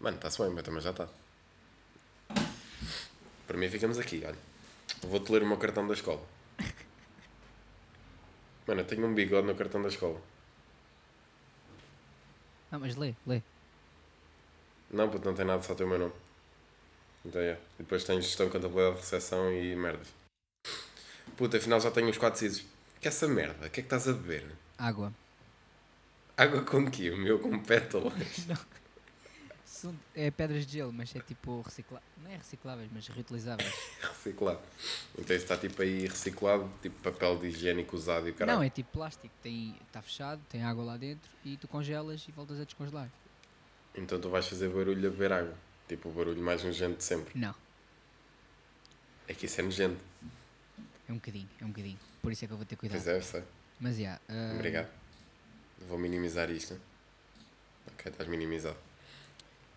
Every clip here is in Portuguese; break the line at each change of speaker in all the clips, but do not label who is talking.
Mano, está-se bem, mas também já está. Para mim ficamos aqui, olha. Vou-te ler o meu cartão da escola. Mano, eu tenho um bigode no cartão da escola.
Ah, mas lê, lê.
Não, porque não tem nada, só tem o meu nome. Então é. E depois tem gestão, contabilidade, recepção e merdas. Puta, afinal já tenho os 4 sisos. Que é essa merda? O que é que estás a beber?
Água.
Água com quê? O meu com pétalas.
São- É pedras de gelo, mas é tipo recicláveis. Não é recicláveis, mas reutilizáveis.
reciclado. Então isso está tipo aí reciclado, tipo papel de higiênico usado e o caralho.
Não, é tipo plástico. Está fechado, tem água lá dentro e tu congelas e voltas a descongelar.
Então tu vais fazer barulho a beber água. Tipo o barulho mais nojento de sempre.
Não,
É que isso é nojento.
é um bocadinho, é um bocadinho. Por isso é que eu vou ter cuidado.
Pois é, eu sei.
Mas já. ah,
Obrigado. Vou minimizar isto. né? Ok, estás minimizado.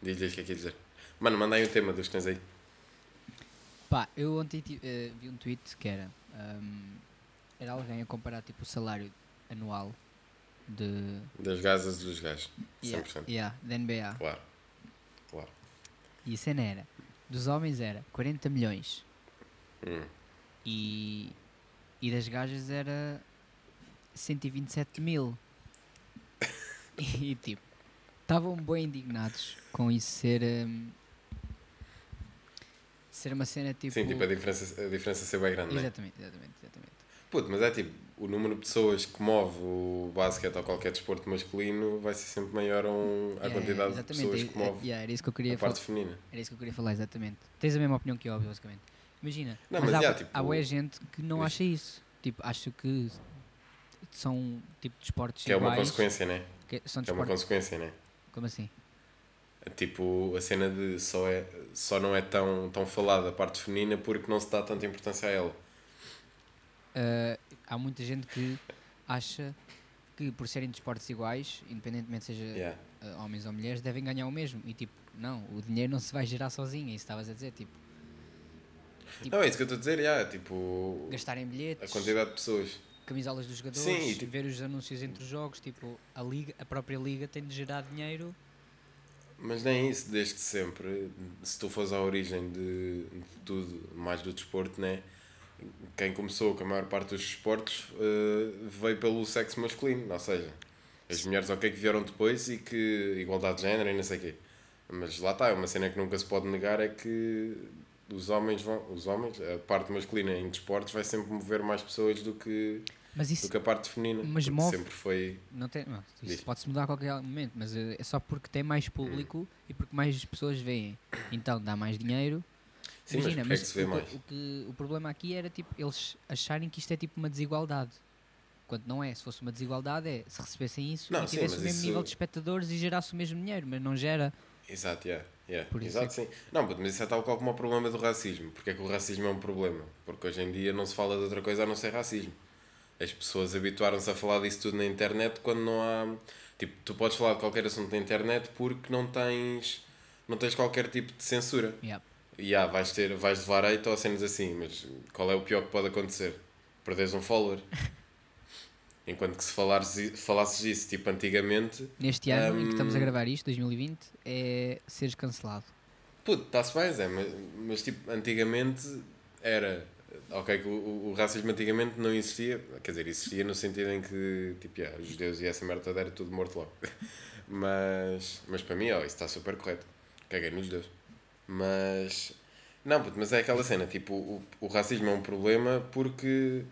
Diz-lhes o que é que ia dizer. Mano, manda aí o tema dos que tens aí.
Pá, eu ontem ti- eh, vi um tweet que era. ahm, era alguém a comparar tipo o salário anual de.
Das gajas dos gajos. 100%.
yeah, da NBA.
Claro. Claro.
E a cena era. Dos homens era 40 milhões.
Hum.
E, e das gajas era 127 mil. e tipo, estavam bem indignados com isso ser. hum, ser uma cena tipo.
Sim, tipo a diferença, a diferença ser bem grande, não é?
exatamente, exatamente, exatamente.
Puto, mas é tipo, o número de pessoas que move o basquete ou qualquer desporto masculino vai ser sempre maior a, um- a
Yeah,
quantidade de
exatamente,
pessoas
é-
que
é-
move
yeah, era, isso que eu
a
queria falar,
parte feminina.
era isso que eu queria falar, exatamente. Tens a mesma opinião que eu, óbvio, basicamente. Imagina,
Não,
mas,
mas
há,
yeah, tipo,
há bué gente que não
diz.
acha isso. Tipo, acha que são tipo de esportes
Que é uma
iguais,
consequência, né?
que são
Que é uma
desportos.
consequência, né?
Como assim?
É Tipo, a cena de só, é, só não é tão, tão falada a parte feminina porque não se dá tanta importância a ela.
Uh, há muita gente que acha que por serem desportos iguais, independentemente seja
Yeah.
uh, homens ou mulheres, devem ganhar o mesmo. E tipo, não, o dinheiro não se vai gerar sozinho, é isso que estavas a dizer, tipo, Tipo-
Não, é isso que eu estou a dizer, yeah, é tipo,
gastarem
a
bilhetes,
quantidade de pessoas.
camisolas dos jogadores,
Sim, e tipo-
ver os anúncios entre os jogos, tipo, a, liga, a própria liga tem de gerar dinheiro.
Mas nem isso, desde sempre. Se tu fores à origem de, de tudo, mais do desporto, né? Quem começou com a maior parte dos esportes eh, veio pelo sexo masculino, ou seja, as mulheres, ok, que vieram depois e que igualdade de género e não sei o quê. Mas lá está, é uma cena que nunca se pode negar é que os homens vão, os homens, a parte masculina em desportos vai sempre mover mais pessoas do que,
Mas
do
isso
que a parte feminina.
Mas
porque
move-
sempre foi.
não tem. não,
Diz.
isso pode-se mudar a qualquer momento, mas uh, é só porque tem mais público e porque mais pessoas veem. Então dá mais dinheiro.
Sim, mas porque é que se vê
o,
mais?
O, que, o problema aqui era tipo eles acharem que isto é tipo uma desigualdade. Quando não é, se fosse uma desigualdade é se recebessem isso
Não,
e
sim,
tivesse
mas
o mesmo
isso-
nível de espectadores e gerasse o mesmo dinheiro, mas não gera.
Exato, yeah, yeah.
Por isso
Exato, sim. Não, puto, mas isso é tal qual como o problema do racismo. Porque é que o racismo é um problema? Porque hoje em dia não se fala de outra coisa a não ser racismo. As pessoas habituaram-se a falar disso tudo na internet quando não há. Tipo, tu podes falar de qualquer assunto na internet porque não tens. Não tens qualquer tipo de censura.
Yeah.
E ah, vais, ter, vais levar hate ou cenas assim, mas qual é o pior que pode acontecer? Perderes um follower. Enquanto que se falares, falasses isso, tipo, antigamente,
Neste ano em que estamos a
Hum.
gravar isto, 2020, é seres cancelado.
Puto, está-se bem, Zé, mas, mas tipo, antigamente era. Ok, que o- o, o racismo antigamente não existia, quer dizer, existia no sentido em que, tipo, yeah, os judeus e essa merda toda era tudo morto logo. Mas, mas para mim, ó, isso está super correto. Caguei nos judeus. Mas. Não, puto, mas é aquela cena, tipo, o, o racismo é um problema porque.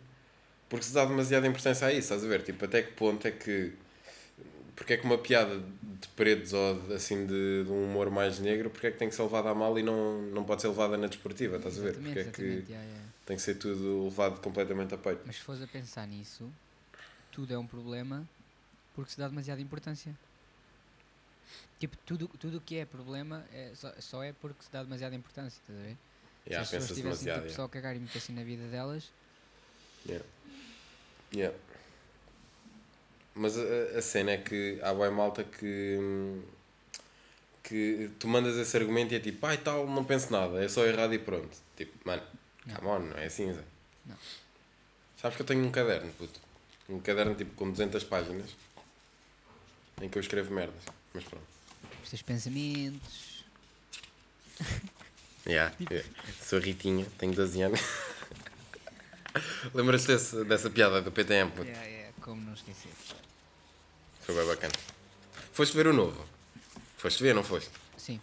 Porque se dá demasiada importância a isso, estás a ver? Tipo, até que ponto é que porque é que uma piada de pretos ou de, assim de, de um humor mais negro, porque é que tem que ser levada a mal e não, não pode ser levada na desportiva, estás a ver? Porque é que
exatamente, yeah, yeah.
tem que ser tudo levado completamente a peito.
Mas se fores a pensar nisso, tudo é um problema porque se dá demasiada importância. Tipo, tudo o que é problema é só, só é porque se dá demasiada importância, estás a ver?
Yeah,
se as
pensas
pessoas tivessem
demasiado.
tipo,
yeah.
só a cagar e meter assim na vida delas,
Yeah. Mas a, a cena é que há bem malta que, que tu mandas esse argumento e é tipo, ai tal, não penso nada, é só errado e pronto. Tipo, mano,
Não.
come on, não é assim, Zé.
Não.
Sabes que eu tenho um caderno, puto. Um caderno tipo com 200 páginas em que eu escrevo merdas. Mas pronto.
Os teus pensamentos.
Yeah, yeah. Sou Ritinha, tenho 12 anos. Lembras-te desse- dessa piada do PTM, puto?
Yeah, yeah, é, como não esquecer.
Foi bem bacana. Foste ver o novo? Foste ver, não foste?
Sim.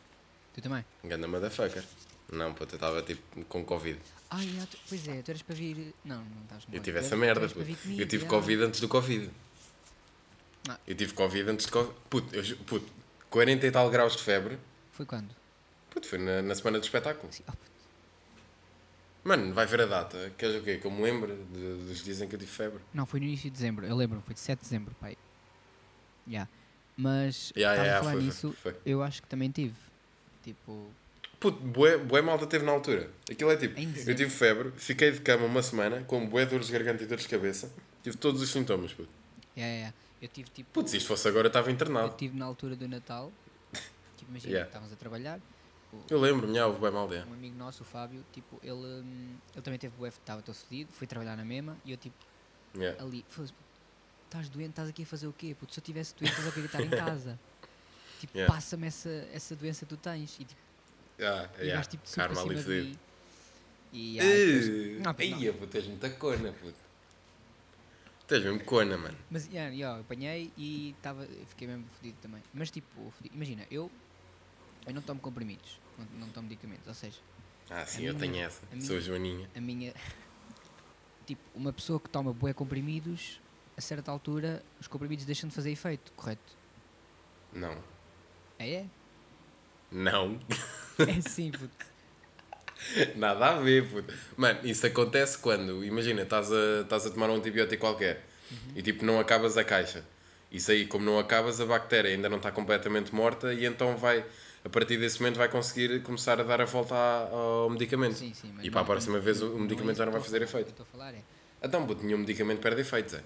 Tu também?
Ganda motherfucker. Não, puto, eu estava tipo com Covid.
Ah, yeah, tu- pois é, tu eras para vir. Não, não estavas no
Eu tive
banho. Tu
essa
eras- tu
merda,
eras para
puto.
vir comigo,
Eu tive
yeah.
Covid antes do Covid.
Ah.
Eu tive Covid antes de Covid. Puto, eu, ju- puto, 40 e tal graus de febre.
Foi quando?
Puto, foi na, na semana do espetáculo.
Sim. Oh, puto.
Mano, vai ver a data. Queres o quê? Que eu me lembro de- dos dias em que eu tive febre.
Não, foi no início de dezembro, eu lembro, foi de 7 de dezembro, pai. Yeah. Mas,
Yeah,
estava
yeah,
a falar
foi, foi,
nisso,
foi.
eu acho que também tive. Tipo,
Puto, bué, bué malta teve na altura. Aquilo é tipo,
Em
eu
dezembro.
tive febre, fiquei de cama uma semana, com bué dores de garganta e dores de cabeça. Tive todos os sintomas, puto.
yeah, yeah, yeah. eu tive tipo.
Puto, se isto fosse agora, eu estava
eu
internado.
tive na altura do Natal, tipo, imagina,
Yeah.
estávamos a trabalhar,
Eu lembro-me, já houve bué malta. é.
um amigo nosso, o Fábio, tipo, ele, hum, ele também teve bué, estava todo fodido, foi trabalhar na mesma, e eu tipo,
Yeah.
ali, foda-se, puto, estás doente, estás aqui a fazer o quê? Puto, se eu tivesse doente, estás a gritar em casa. Tipo,
Yeah.
passa-me essa, essa doença que tu tens, e tipo,
Ah,
e
yeah.
vais tipo de super
Karma ali
acima de
fodido.
mim. E, ah, e depois-
Ei,
Não, pois não.
puto, tens muita cona, puto. Tens mesmo cona, mano.
Mas yeah, yeah, eu apanhei e tava, fiquei mesmo fodido também. Mas tipo, fodido- imagina, eu, eu não tomo comprimidos, não, não tomo medicamentos. Ou seja,
Ah, sim,
A
eu
minha-
tenho essa.
a
Sou a Joaninha.
a minha. Tipo, uma pessoa que toma bué comprimidos, a certa altura, os comprimidos deixam de fazer efeito, correto?
Não.
É? É,
Não.
é sim, puto.
Nada a ver, puto. Mano, isso acontece quando, imagina, estás a, estás a tomar um antibiótico qualquer e tipo não acabas a caixa. Isso aí, como não acabas, a bactéria ainda não está completamente morta e então vai, a partir desse momento, vai conseguir começar a dar a volta à- ao medicamento.
Sim, sim. mas
E para a
não-
próxima vez o medicamento
isso
já não
que
vai
eu
fazer
tô a falar,
efeito.
o que eu Estou a falar é,
Então, puto, nenhum medicamento perde é. efeito, Zé.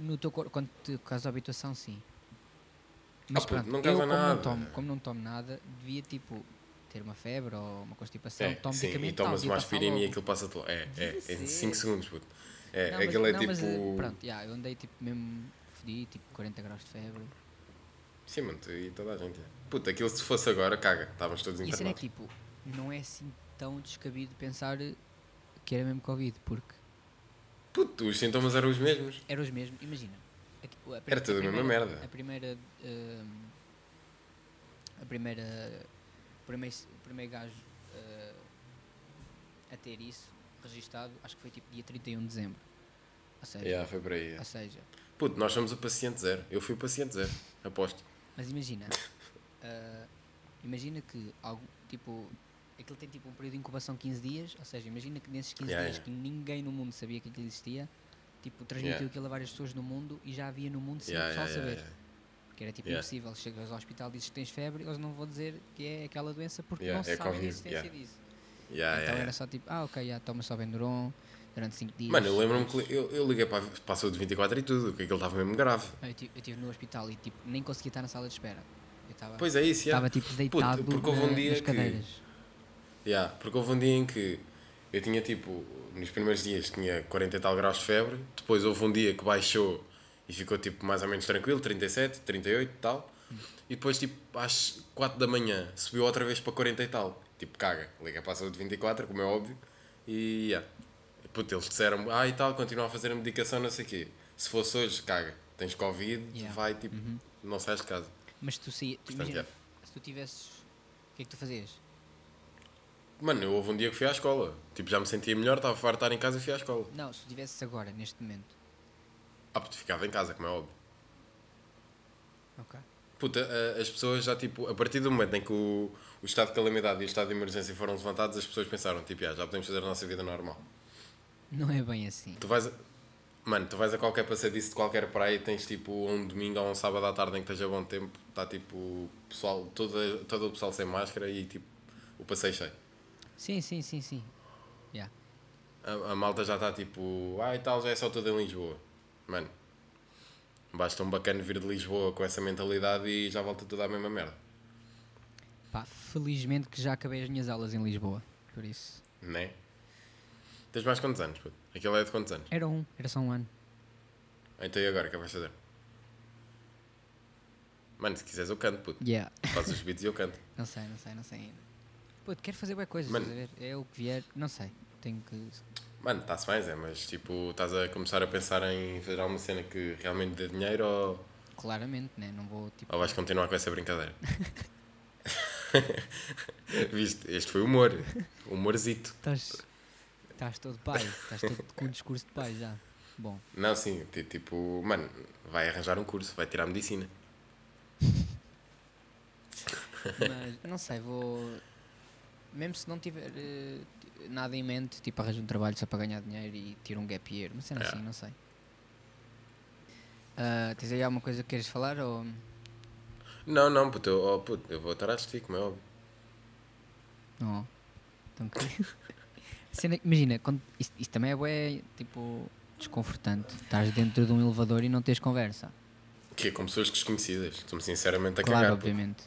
no teu corpo, quando te causa habituação, sim.
Ah,
Mas
puto,
pronto,
não
eu
causa
como
nada.
não tomo, como não tomo nada, devia tipo ter uma febre ou uma constipação,
É,
tomo
sim, e
medicamento tal,
tomas
devia
uma
passar
aspirina e
logo.
aquilo passa-te lá. É, é,
Devia
em
ser.
5 segundos, puto. É,
Não, mas-
aquilo é
não,
tipo.
mas, eh, pronto, já, eu andei tipo mesmo fodido, tipo 40 graus de febre.
Sim, mano, tu e toda a gente. é. Puto, aquilo se fosse agora, caga. Estávamos todos
E será que
internados.
tipo, não é assim tão descabido pensar que era mesmo Covid, porque
Puto, os sintomas eram os mesmos.
eram os mesmos, imagina. aqui- a prim-
Era tudo a mesma
primeira-
merda.
A primeira. hum, a primeira. O primeiro, o primeiro gajo eh, a ter isso registado, acho que foi tipo dia 31 de dezembro. Ou seja,
Yeah, foi por aí. yeah.
ou seja
Puto, nós somos o paciente zero. Eu fui o paciente zero, aposto.
Mas imagina, ah, imagina que algo, tipo, aquilo tem tipo um período de incubação de 15 dias, ou seja, imagina que nesses 15
Yeah,
dias
yeah.
que ninguém no mundo sabia que aquilo existia, tipo, transmitiu
Yeah.
aquilo a várias pessoas no mundo e já havia no mundo sem
Yeah,
o pessoal
yeah,
saber.
yeah, yeah.
Porque era tipo
Yeah.
impossível, chegas ao hospital, dizes que tens febre, eles não vão dizer que é aquela doença porque
Yeah,
não se
é
sabem
Covid,
a existência
yeah.
disso.
Yeah,
então
yeah, yeah.
era assim, só tipo, ah ok, já toma só Benduron durante 5 dias.
Mano, eu lembro-me
é
que eu, eu liguei para, a- para a saúde 24 e tudo, que aquilo estava mesmo grave.
Ah, Eu estive no hospital e tipo, nem conseguia estar na sala de espera. Eu estava
Pois é, isso, yeah.
estava tipo deitado
porque houve um
na-
dia
nas
que-
cadeiras.
Yeah, porque houve um dia em que eu tinha tipo, nos primeiros dias tinha 40 e tal graus de febre, depois houve um dia que baixou e ficou tipo mais ou menos tranquilo, 37, 38 e tal, e depois tipo às 4 da manhã subiu outra vez para 40 e tal, tipo caga, liga para a saúde 24, como é óbvio, e yeah. Puto, eles disseram, ah e tal, continua a fazer a medicação, não sei o quê, se fosse hoje, caga, tens Covid,
Yeah.
vai tipo, não sais de casa.
Mas tu saía, tu
Portanto,
imagina,
é.
se tu tivesses, o que é que tu fazias?
Mano, eu houve um dia que fui à escola, tipo já me sentia melhor, estava farto de estar em casa e fui à escola.
Não, se tu tivesses agora, neste momento.
Ah, puto, ficava em casa, como é óbvio.
Ok.
Puta, a- as pessoas já, tipo, a partir do momento em que o, o estado de calamidade e o estado de emergência foram levantados, as pessoas pensaram, tipo, "Ah, já podemos fazer a nossa vida normal.
Não é bem assim.
Tu vais a... Mano, tu vais a qualquer passadiço de qualquer praia e tens, tipo, um domingo ou um sábado à tarde em que esteja bom tempo, está, tipo, o pessoal, todo, todo o pessoal sem máscara e, tipo, o passeio cheio.
Sim, sim, sim, sim. Yeah.
A, a malta já está, tipo, ah, e tal, já é só tudo em Lisboa. Mano, basta um bacana vir de Lisboa com essa mentalidade e já volta tudo à mesma merda.
Pá, felizmente que já acabei as minhas aulas em Lisboa, por isso.
Né? Tens mais quantos anos, puto? Aquilo é de quantos anos?
Era um, era só um ano.
Então e agora, o que é que vais fazer? Mano, se quiseres eu canto, puto.
Yeah.
Fazes os beats e eu canto.
Não sei, não sei, não sei ainda. Pô, quero fazer boas coisas,
Mano.
estás a ver? É o que vier, não sei. Tenho que.
Mano, está-se bem, Zé, mas tipo, estás a começar a pensar em fazer alguma cena que realmente dê dinheiro ou,
Claramente, né? Não vou tipo.
ou vais continuar com essa brincadeira? Viste? Este foi humor. Humorzito.
Estás. Estás todo pai, estás todo com um discurso de pai já. Bom,
Não, sim, ti- tipo, mano, vai arranjar um curso, vai tirar medicina.
mas não sei, vou. Mesmo se não tiver eh, nada em mente, tipo arranjo um trabalho só para ganhar dinheiro e tiro um gap year, mas sendo
É.
assim, não sei. Ah, tens aí alguma coisa que queres falar ou.
Não, não, puto, eu, oh, puto, eu vou estar a assistir, como é óbvio.
Não. Então que. Cena é que- imagina, quando, isto, isto também é bué, tipo, desconfortante. Estás dentro de um elevador e não tens conversa.
Que é com pessoas desconhecidas. Estou-me sinceramente a
claro,
cagar. puto.
obviamente.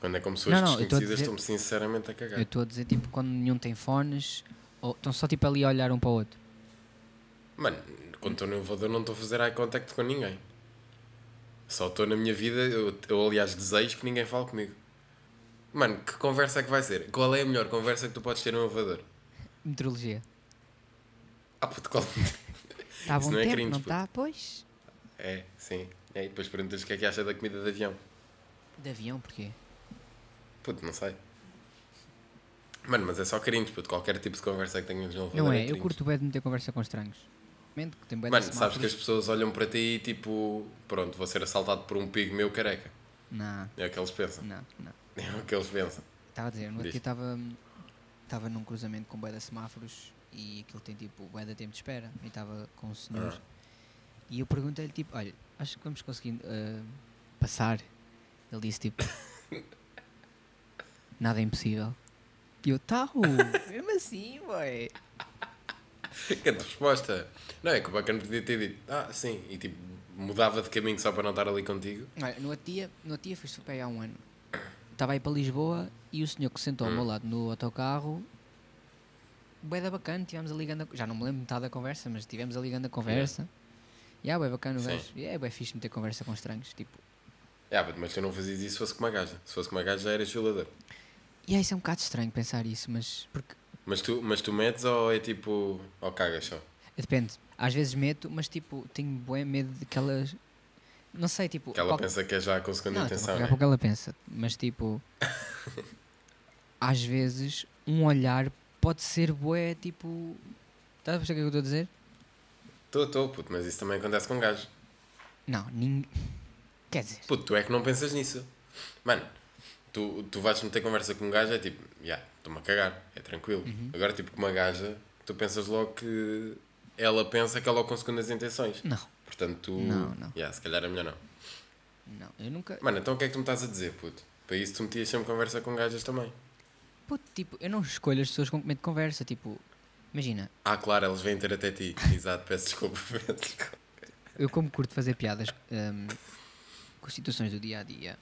Quando é com pessoas
Não, não, eu estou a
desconhecidas,
dizer-
estou-me sinceramente a
Eu
cagar.
estou a dizer, tipo, quando nenhum tem fones, ou estão só tipo ali a olhar um para o outro.
Mano, quando estou no elevador não estou a fazer eye contact com ninguém. Só estou na minha vida, eu, eu aliás desejo que ninguém fale comigo. Mano, que conversa é que vai ser? Qual é a melhor conversa que tu podes ter no elevador?
Meteorologia.
Ah, puto, qual... Isso
Está bom
não é
tempo,
cringe,
não
puto.
está? Pois.
É, sim. E aí depois perguntas o que é que acha da comida de avião.
De avião, porquê?
Puto, não sei. Mano, mas é só cringe, puto. Qualquer tipo de conversa que tenhas no elevador
não é, eu
cringe.
curto bem de meter conversa com estranhos. Mente que tem bué de
Mano,
small
sabes que as
talk.
pessoas olham para ti e tipo, pronto, vou ser assaltado por um pigo meu careca.
Não,
É o que eles pensam.
não, não.
É o que eles pensam.
Estava a dizer, no outro
Diz.
dia estava estava num cruzamento com bué de semáforos e aquilo tem tipo bué de tempo de espera e estava com o senhor
Ah.
e eu perguntei-lhe tipo, olha, acho que vamos conseguir ah, passar? Ele disse tipo, nada é impossível. E eu, tá, Ru, mesmo assim, boy.
Que resposta. Não é que o bacana podia ter dito, ah, sim, e tipo, mudava de caminho só para não estar ali contigo.
Olha, no outro dia, no outro dia fui super aí há um ano. Estava aí para Lisboa e o senhor que se sentou ao meu lado no autocarro, bué da bacana, tivemos ali ligando, já não me lembro metade da conversa, mas tivemos ali ligando a conversa. E yeah. bué bacana o
Sim.
gajo, yeah, bué fixe meter conversa com estranhos, tipo,
Ah, puto, mas tu não fazias isso se fosse com uma gaja. Se fosse com uma gaja já eras violador.
e yeah, isso é um bocado estranho pensar isso, mas, porque,
Mas tu, mas tu metes ou é tipo, ou cagas só?
depende, às vezes meto, mas tipo, tenho bué medo de que elas, não sei, tipo...
Que ela
qual-
pensa que é já com segunda
Não,
intenção,
então,
né?
daqui a pouco ela pensa, mas tipo, às vezes um olhar pode ser bué, tipo, estás a perceber o que é que eu estou a dizer?
Estou, estou, puto, mas isso também acontece com gajos.
Não, ninguém. Quer dizer,
Puto, tu é que não pensas nisso. Mano, tu, tu vais meter conversa com um gajo, é tipo, já, estou-me a cagar, é tranquilo.
Uhum.
Agora, tipo, com uma gaja, tu pensas logo que ela pensa que é logo com segundas intenções.
não,
Portanto, tu.
Hum. Não, não.
Ya, se calhar é melhor não.
não, eu nunca.
Mano, então o que é que tu me estás a dizer, puto? Para isso tu metias sempre conversa com gajas também.
Puto, tipo, eu não escolho as pessoas com que meto conversa, tipo, imagina,
Ah, claro, eles vêm ter até ti. Exato, peço desculpa. peço desculpa.
eu como curto fazer piadas hum, com situações do dia a dia,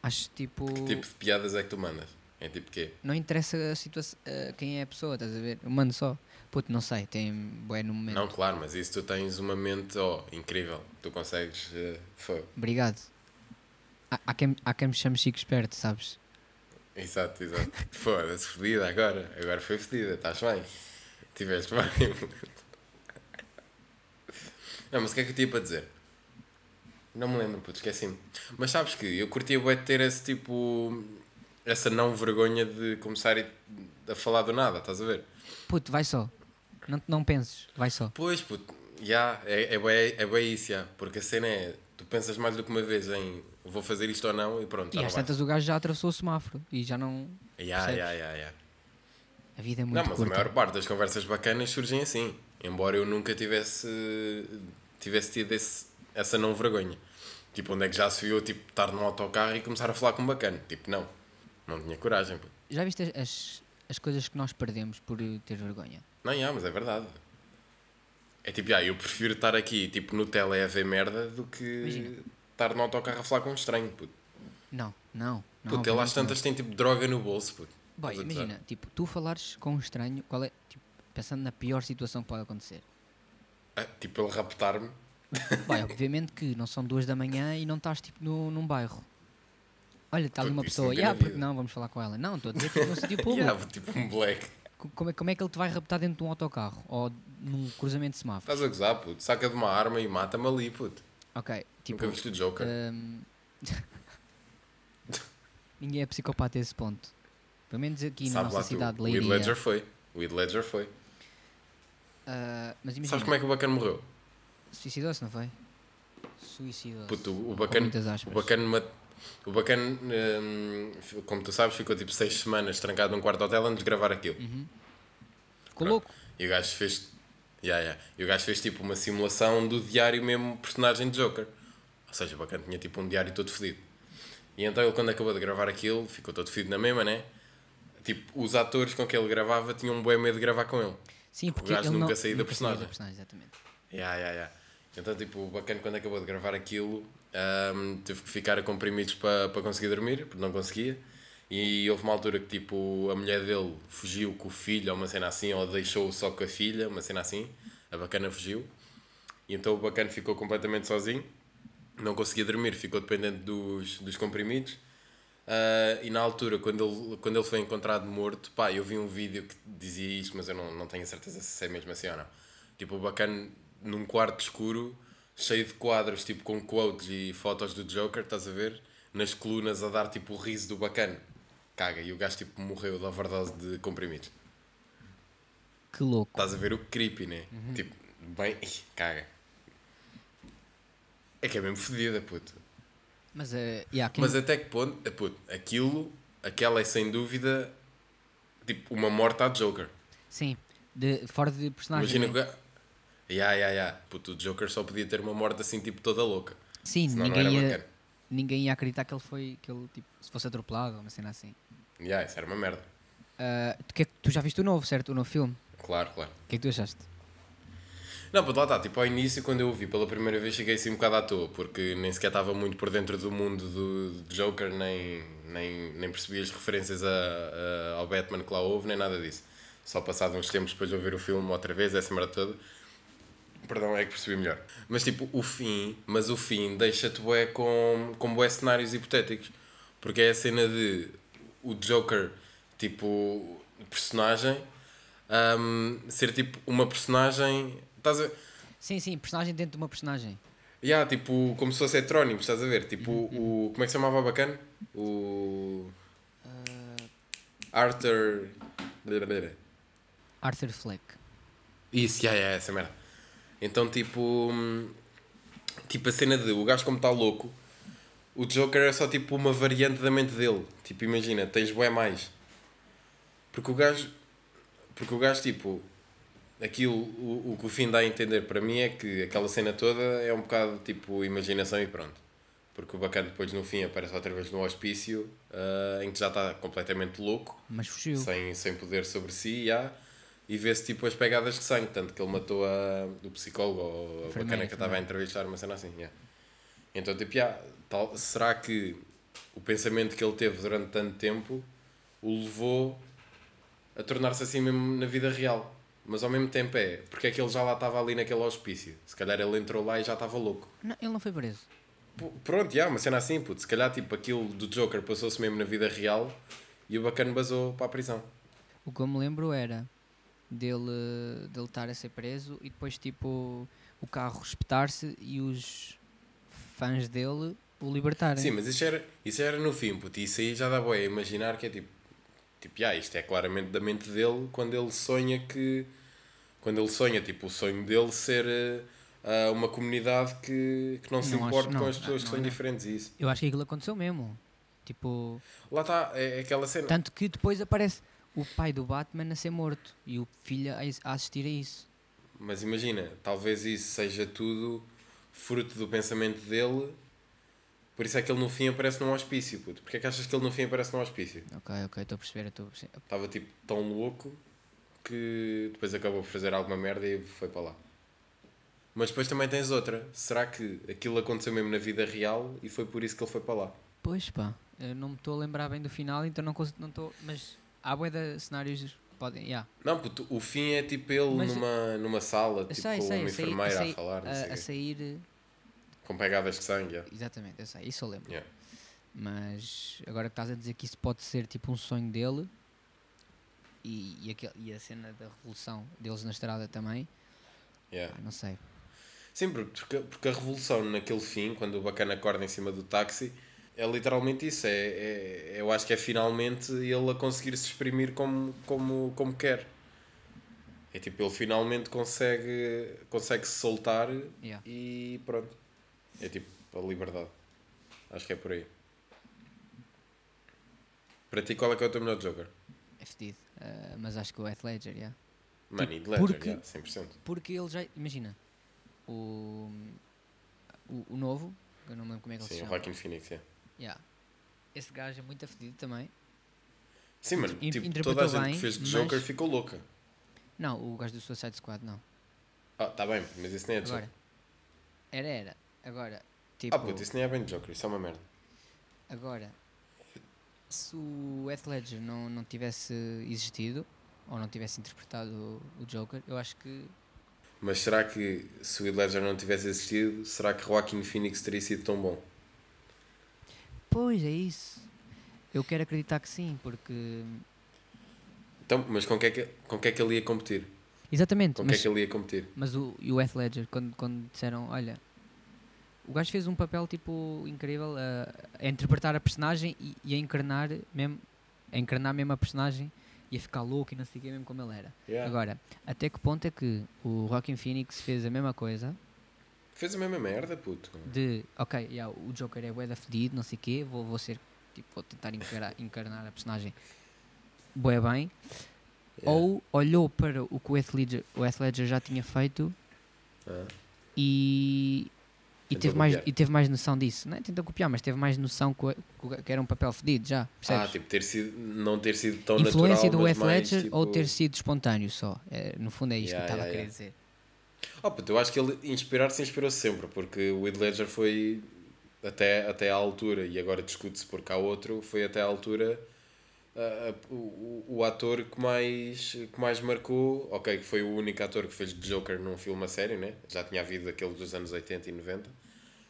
acho tipo.
Que tipo de piadas é que tu mandas? É tipo quê?
Não interessa a situação, a quem é a pessoa, estás a ver? Eu mando só. Puto, não sei, tem bué no momento.
Não, claro, mas isso tu tens uma mente, oh, incrível. Tu consegues. eh, foi.
Obrigado. Há, há quem, há quem me chame Chico Esperto, sabes?
Exato, exato. Foda-se, fedida agora. Agora foi fedida, estás bem? Tiveste bem. Não, mas o que é que eu tinha para dizer? Não me lembro, puto, esqueci-me. Mas sabes que eu curtia bué de ter esse tipo. essa não vergonha de começar a falar do nada, estás a ver?
Puto, vai só. Não, não penses, vai só.
Pois, puto, já, é, é, bué, é bué isso, já. Porque a cena é. tu pensas mais do que uma vez em vou fazer isto ou não e pronto, já
e
não
às
vais.
tantas o gajo já atravessou o semáforo e já não.
Já,
percebes?
já, já, já.
A vida é muito
Não, mas
curta.
a maior parte das conversas bacanas surgem assim. Embora eu nunca tivesse, tivesse tido esse- essa não vergonha. Tipo, onde é que já se viu tipo, estar num autocarro e começar a falar com um bacana? Tipo, não. Não tinha coragem. pô.
Já viste as- as, as coisas que nós perdemos por eh, ter vergonha?
Não, já, mas é verdade. É tipo, já, eu prefiro estar aqui tipo, no tele a ver merda do que
Imagina.
estar num autocarro a falar com um estranho. puto.
Não, Não, não.
Puto, ele às
obviamente não.
tantas tem tipo droga no bolso, puto.
Boy,
Estás a
imagina, tipo, tu falares com um estranho, qual é, tipo, pensando na pior situação que pode acontecer.
Ah, tipo, ele raptar-me.
Boy, obviamente que não são duas da manhã e não estás, tipo, no, num bairro. Olha, está ali
Puto,
uma
isso nunca na
pessoa, yeah, porque
vida."
não, vamos falar com ela. Não, estou a dizer que num sítio público.
Yeah, tipo um black.
Co- Como é, como é que ele te vai raptar dentro de um autocarro ou num cruzamento de semáforos?
Estás a gozar, puto. Saca de uma arma e mata-me ali, puto.
Ok, tipo,
Nunca viste o Joker.
hum, ninguém é psicopata a esse ponto. Pelo menos aqui na
Sabe
nossa
lá tu.
cidade,
O Heath Ledger
Leiria.
foi. O Heath Ledger foi.
Ah, mas imagina,
Sabes como é que o Bacano morreu?
suicidou-se, não foi? Suicidou-se.
Puto, o
Com
Bacano...
muitas
O
aspas.
Bacano... mat- O Bacano, hum, f- como tu sabes, ficou tipo seis semanas trancado num quarto de hotel antes de gravar aquilo.
Uhum. Ficou louco.
E o gajo fez. Yeah, yeah. E o gajo fez tipo uma simulação do diário mesmo personagem de Joker. Ou seja, bacana, tinha tipo um diário todo fedido. E então ele, quando acabou de gravar aquilo, ficou todo fedido na mesma, né? Tipo, os atores com que ele gravava tinham um bom medo de gravar com ele.
Sim, porque
gajo
ele
nunca
não,
saiu da
nunca saiu
personagem.
exatamente.
Yeah, yeah, yeah. Então, tipo, o bacana, quando acabou de gravar aquilo, ahm, teve que ficar a comprimidos para para conseguir dormir, porque não conseguia. E houve uma altura que, tipo, a mulher dele fugiu com o filho, ou uma cena assim, ou deixou-o só com a filha, uma cena assim. A bacana fugiu. E então o bacana ficou completamente sozinho, não conseguia dormir, ficou dependente dos, dos comprimidos. Ah, e na altura, quando ele, quando ele foi encontrado morto, pá, eu vi um vídeo que dizia isto, mas eu não, não tenho a certeza se é mesmo assim ou não. Tipo, o bacana num quarto escuro, cheio de quadros, tipo com quotes e fotos do Joker, estás a ver? Nas colunas a dar tipo o riso do bacana. Caga, e o gajo tipo morreu de overdose de comprimidos.
Que louco.
Estás a ver o creepy, né? Tipo, bem. Ih, Caga. É que é mesmo fedida, puto.
Mas, eh, yeah, quem-
Mas até que ponto. eh, Puto, aquilo. Aquela é sem dúvida. Tipo, uma morte à Joker.
sim, de, fora de personagem.
Imagina
né?
que. Ya, ya, ya. Puto, o Joker só podia ter uma morte assim, tipo, toda louca.
Sim,
Senão
ninguém
não era
ia,
bacana.
ninguém ia acreditar que ele foi, que ele, tipo, se fosse atropelado ou uma cena assim.
Ya, isso era uma merda.
Ah, tu, que é que- tu já viste o novo, certo? O novo filme.
Claro, claro.
O que é que tu achaste?
Não, puto, lá está. Tipo, ao início, quando eu o vi pela primeira vez, cheguei assim um bocado à toa, porque nem sequer estava muito por dentro do mundo do do Joker, nem, nem, nem percebi as referências a, a- ao Batman que lá houve, nem nada disso. Só passado uns tempos depois de eu ver o filme outra vez, essa merda toda, perdão, é que percebi melhor. Mas tipo, o fim, mas o fim deixa-te bué com, com bué cenários hipotéticos. Porque é a cena de o Joker, tipo, personagem, ahm, ser tipo uma personagem. Estás a.
Sim, sim, personagem dentro de uma personagem.
Yeah, tipo, como se fosse heterónimos, estás a ver? Tipo, o. Como é que se chamava a bacana? O. Arthur.
Arthur Fleck.
Isso, yeah, yeah, essa merda. Então, tipo. hum, Tipo, a cena de o gajo como está louco, o Joker é só tipo uma variante da mente dele. Tipo, imagina, tens bué mais. Porque o gajo. Porque o gajo, tipo. Aquilo, o, o que o fim dá a entender para mim é que aquela cena toda é um bocado tipo imaginação e pronto. Porque o bacana depois no fim aparece outra vez no hospício ah, em que já está completamente louco
Mas fugiu.
sem, sem poder sobre si, já, e vê-se tipo as pegadas de sangue, tanto que ele matou a, o psicólogo ou a
Enfermeira,
bacana que eu estava a
enfermeira.
entrevistar, uma cena assim, já. Então, tipo, já, tal, será que o pensamento que ele teve durante tanto tempo o levou a tornar-se assim mesmo na vida real? Mas ao mesmo tempo é, porque é que ele já lá estava ali naquele hospício? Se calhar ele entrou lá e já estava louco.
Não, ele não foi preso.
P- Pronto, já, uma cena assim, puto. Se calhar, tipo, aquilo do Joker passou-se mesmo na vida real e o bacana basou para a prisão.
O que eu me lembro era dele, dele estar a ser preso e depois, tipo, o carro espetar-se e os fãs dele o libertarem.
Sim, mas isso era, isso era no fim, puto. Isso aí já dá boa a imaginar que é tipo. Tipo, ah, isto é claramente da mente dele quando ele sonha que. Quando ele sonha, tipo, o sonho dele ser eh, ah, uma comunidade que, que não se
Não acho-
importa
não,
com as
não,
pessoas que
não, é.
são
não.
indiferentes a isso.
Eu acho que aquilo aconteceu mesmo. Tipo,
Lá está, é, é aquela cena.
tanto que depois aparece o pai do Batman a ser morto e o filho a is- a assistir a isso.
Mas imagina, talvez isso seja tudo fruto do pensamento dele. Por isso é que ele no fim aparece num hospício, puto. Porquê é que achas que ele no fim aparece num hospício?
Ok, ok, estou a perceber, estou a perceber.
Estava tipo tão louco que depois acabou por fazer alguma merda e foi para lá. Mas depois também tens outra. Será que aquilo aconteceu mesmo na vida real e foi por isso que ele foi para lá?
Pois pá, Eu não me estou a lembrar bem do final, então não consigo. Não estou mas há bué de cenários que podem. Yeah.
Não, puto, o fim é tipo ele
Mas-
numa, numa sala,
Eu
tipo
sei,
com
sei, ah,
uma
a sair-
enfermeira
a sair-
a falar, não
a-
sei
a
o quê.
sair.
com pegadas de sangue. yeah.
Exatamente, eu sei, isso eu lembro.
Yeah.
Mas agora que estás a dizer que isso pode ser tipo um sonho dele e, e, aquele- e a cena da revolução deles na estrada também,
Yeah.
ah, não sei.
Sim, porque, porque a revolução naquele fim, quando o bacana acorda em cima do táxi, é literalmente isso. É, é- eu acho que é finalmente ele a conseguir se exprimir como, como, como quer. É tipo, ele finalmente consegue, consegue se soltar
Yeah.
e pronto. É tipo a liberdade. Acho que é por aí. Para ti, qual é que é o teu melhor Joker?
É fedido. Ah, mas acho que o Heath Ledger, yeah.
Money, de Ledger,
Tipo, porque-
yeah, 100%.
Porque ele já. Imagina, o. O, o novo, que eu não me lembro como é que ele se
Sim, o
chama.
Joaquin Phoenix, é. yeah.
Yeah. Esse gajo é muito afedido também.
Sim, mano,
In-
tipo,
interpretou
toda a gente
bem,
que fez de
mas-
Joker ficou louca.
Não, o gajo do Suicide Squad, não.
Ah, tá bem, mas isso nem é de
Agora.
Joker.
Era, era. Agora, tipo.
Ah, puto, isso nem é bem de Joker, isso é uma merda.
Agora, se o Heath Ledger não, não tivesse existido ou não tivesse interpretado o, o Joker, eu acho que
Mas será que se o Heath Ledger não tivesse existido, será que Joaquin Phoenix teria sido tão bom?
pois é isso. Eu quero acreditar que sim, porque
Então, mas com que é que, com que, é que ele ia competir?
exatamente,
Com que é
mas,
que ele ia competir?
mas o, e o Heath Ledger quando quando disseram, olha, o gajo fez um papel tipo incrível a, a interpretar a personagem e, e a encarnar mesmo a encarnar mesmo a personagem e a ficar louco e não sei o que mesmo como ele era.
É.
Agora, até que ponto é que o Rockin' Phoenix fez a mesma coisa
Fez a mesma merda, puto.
de ok, yeah, o Joker é bué da fedido, não sei o quê, vou, vou ser, tipo, vou tentar encara- encarnar a personagem bué bem,
Yeah.
ou olhou para o que o Heath Ledger, o Heath Ledger já tinha feito
Ah.
e, e,
Tentou
teve mais,
copiar.
e teve mais noção disso, não é tentou copiar, mas teve mais noção que, o- que o- que era um papel fedido já,
Ah,
percebes?
tipo, ter sido, não ter sido tão
Influência
natural,
do
mas
Heath
mais,
Ledger
tipo...
ou ter sido espontâneo só, É, no fundo é isto
Yeah,
que eu
yeah,
estava a querer
yeah.
dizer.
Oh, puto, eu acho que ele inspirar-se inspirou-se sempre, porque o Heath Ledger foi até, até à altura, e agora discute-se porque há outro, foi até à altura ah, ah, o, o, o ator que mais, que mais marcou, ok, que foi o único ator que fez de Joker num filme a sério, né? já tinha havido aquele dos anos 80 e 90,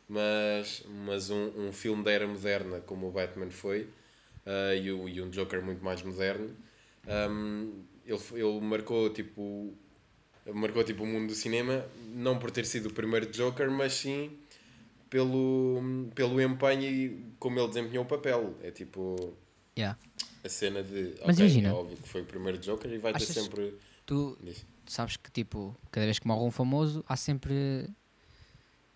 mas, mas um, um filme da era moderna como o Batman foi, ah, e, o- e um Joker muito mais moderno, ahm, ele, f- ele marcou tipo marcou tipo o mundo do cinema, não por ter sido o primeiro Joker, mas sim pelo, pelo empenho e como ele desempenhou o papel. É tipo
Yeah.
a cena de.
Mas
ok,
imagina.
É óbvio que foi o primeiro Joker e vai ter
Achas-
sempre.
Tu,
Diz.
sabes que tipo, cada vez que morre um famoso há sempre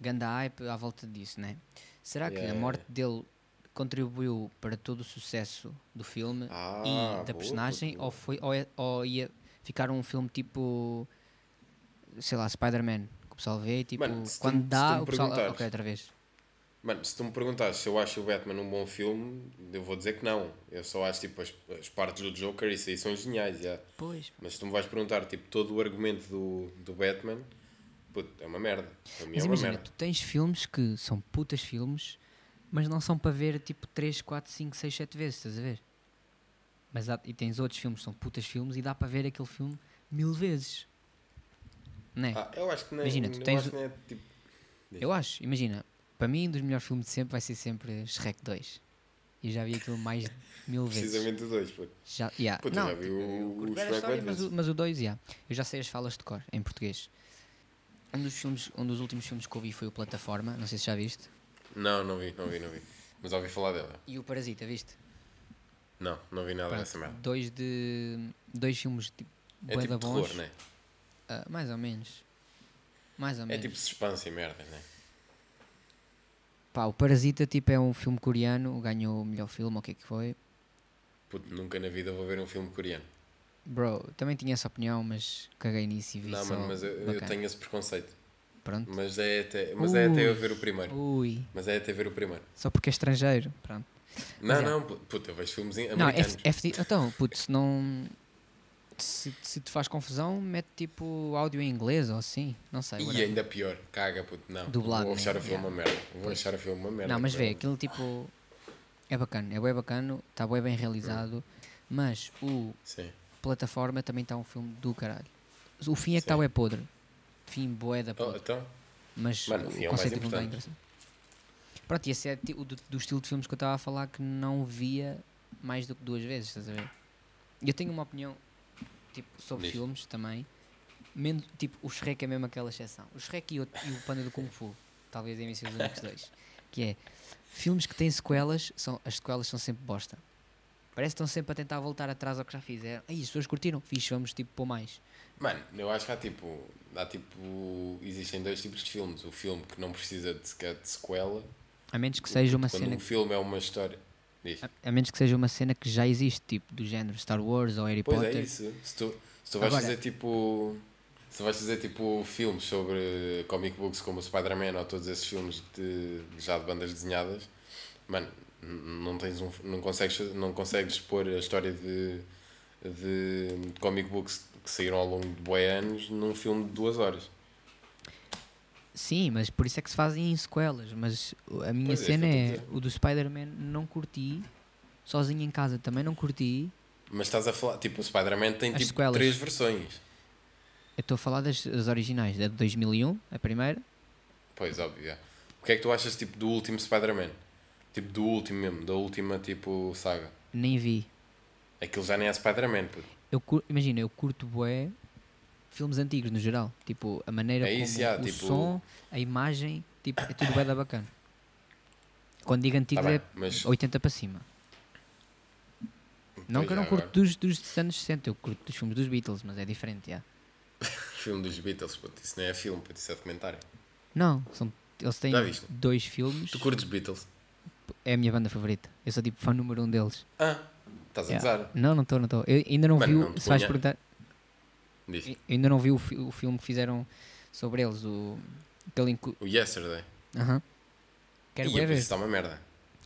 ganda hype à volta disso, né? Será que
Yeah,
a morte dele contribuiu para todo o sucesso do filme
Ah,
e da
boa,
personagem
boa,
ou foi ou, é- ou ia ficar um filme tipo sei lá, Spider-Man, que o pessoal vê e, tipo,
Mano, se tu-
quando
se tu
dá,
me
o pessoal, ah,
perguntares-
OK, outra vez.
Mano, se tu me perguntas se eu acho o Batman um bom filme, eu vou dizer que não. Eu só acho tipo as, as partes do Joker, isso aí são geniais. já.
Pois.
Mas se tu me vais perguntar tipo todo o argumento do, do Batman, puto, é uma merda. Para mim
Mas
é uma
imagina,
merda.
tu tens filmes que são putas filmes, mas não são para ver tipo 3, 4, 5, 6, 7 vezes, estás a ver? Mas há- e tens outros filmes que são putas filmes e dá para ver aquele filme mil vezes. Não é?
Ah, eu acho que nem,
Imagina, tu
eu
tens
acho que nem é, tipo,
Eu acho, imagina, para mim um dos melhores filmes de sempre vai ser sempre Shrek 2. E já vi aquilo mais de mil vezes.
precisamente dois, puto.
Já, yeah.
Puta,
não,
já vi
tipo, eu
o-
curto
o
bem a
Shrek
história,
bué de
mas, o,
vezes.
mas o 2, yeah. eu já sei as falas de cor em português. Um dos, filmes, um dos últimos filmes que eu vi foi o Plataforma, não sei se já viste.
Não, não vi, não vi, não vi. Mas ouvi falar dela.
E o Parasita, viste?
Não, não vi nada
Pronto,
dessa Ah, merda.
dois de dois filmes tipo,
É
bué
tipo
da bons,
terror, né?
Ah, mais ou menos mais ou
É
menos
tipo suspense e merda, né?
Pá, o Parasita tipo é um filme coreano ganhou o melhor filme ou o que é que foi
Puto, nunca na vida vou ver um filme coreano.
bro também tinha essa opinião mas caguei nisso e vi
não,
só
mano, mas eu, eu
bacana.
tenho esse preconceito.
pronto
Mas é até, mas é até eu ver o primeiro.
ui
Mas é até ver o primeiro.
só porque é estrangeiro pronto
Não,
é.
não, pu- puto, eu vejo filmes em-
não é,
americanos.
é fedi- então puto se não se, se te faz confusão mete tipo áudio em inglês ou assim não sei
E é
whatever.
ainda pior, caga, puto, não.
Dublado,
vou achar
né?
o filme uma merda. Vou achar o filme uma merda.
Não, mas vê,
claramente.
aquilo tipo. É bacana, é bem bacana, está bem, bem realizado, mas o
Sim.
plataforma também está um filme do caralho. O fim é que está
Sim.
é podre. Fim bué da
Oh,
podre.
então,
Mas
Mano, o
o
fim é o mais
conceito não está
importante.
engraçado. Pronto, e esse é ti- o do, do estilo de filmes que eu estava a falar que não via mais do que duas vezes, estás a ver? Eu tenho uma opinião tipo, sobre
Diz.
filmes também. Men tipo, o Shrek é mesmo aquela exceção. O Shrek e o, e o Panda do Kung Fu, talvez devem ser os únicos dois. Que é filmes que têm sequelas, são, as sequelas são sempre bosta. Parece que estão sempre a tentar voltar atrás ao que já fizeram. Aí as pessoas curtiram, fixe, vamos tipo pôr mais.
mano, eu acho que há tipo, há tipo, existem dois tipos de filmes. O filme que não precisa de, sequer de sequela,
A menos que seja uma
quando
cena Ah,
o filme é uma história. Diz.
A, a menos que seja uma cena que já existe, tipo do género Star Wars ou Harry
Pois
Potter.
é isso. Se tu, se tu vais
Agora-
fazer tipo. Se vais fazer tipo filmes sobre comic books como o Spider-Man ou todos esses filmes de, já de bandas desenhadas, mano, n- não tens um, não consegues, não consegues pôr a história de, de comic books que saíram ao longo de boi anos num filme de duas horas.
Sim, mas por isso é que se fazem em sequelas. Mas o- a minha
Pois é, isso
cena
que eu
é,
estou a
o do Spider-Man não curti, sozinho em casa também não curti.
Mas estás a falar, tipo, o Spider-Man tem
As
tipo
sequelas.
três versões.
Eu estou a falar das, das originais, da de 2001, a primeira.
Pois, óbvio. é. O que é que tu achas tipo do último Spider-Man? Tipo do último mesmo, da última tipo saga.
Nem vi.
Aquilo já nem é Spider-Man, puto.
Eu cur- Imagina, eu curto bué filmes antigos no geral. Tipo, a maneira
É
como
isso, já,
o
tipo-
som, a imagem, tipo, é tudo bué da bacana. Quando digo
Tá
antigos
bem,
é
mas
80 para cima. Não
Pois
que eu não
é,
curto
agora.
dos, dos anos 60, eu curto dos filmes dos Beatles, mas é diferente, já.
filme dos Beatles, puto, isso não é filme, puto, isso é documentário.
Não, são, eles têm
Já viste?
dois filmes,
Tu curtes Beatles?
é a minha banda favorita. Eu sou tipo fã número um deles.
Ah, estás a
Yeah.
gozar.
Não, não estou, não estou. Eu ainda não
Mano,
vi,
não
o,
te
se vais
ponha-
perguntar,
Diz.
eu ainda não vi o, fi- o filme que fizeram sobre eles, o... Aquele incu...
O Yesterday.
Aham. Quero
Ia,
bué
puto,
ver.
isso está uma merda.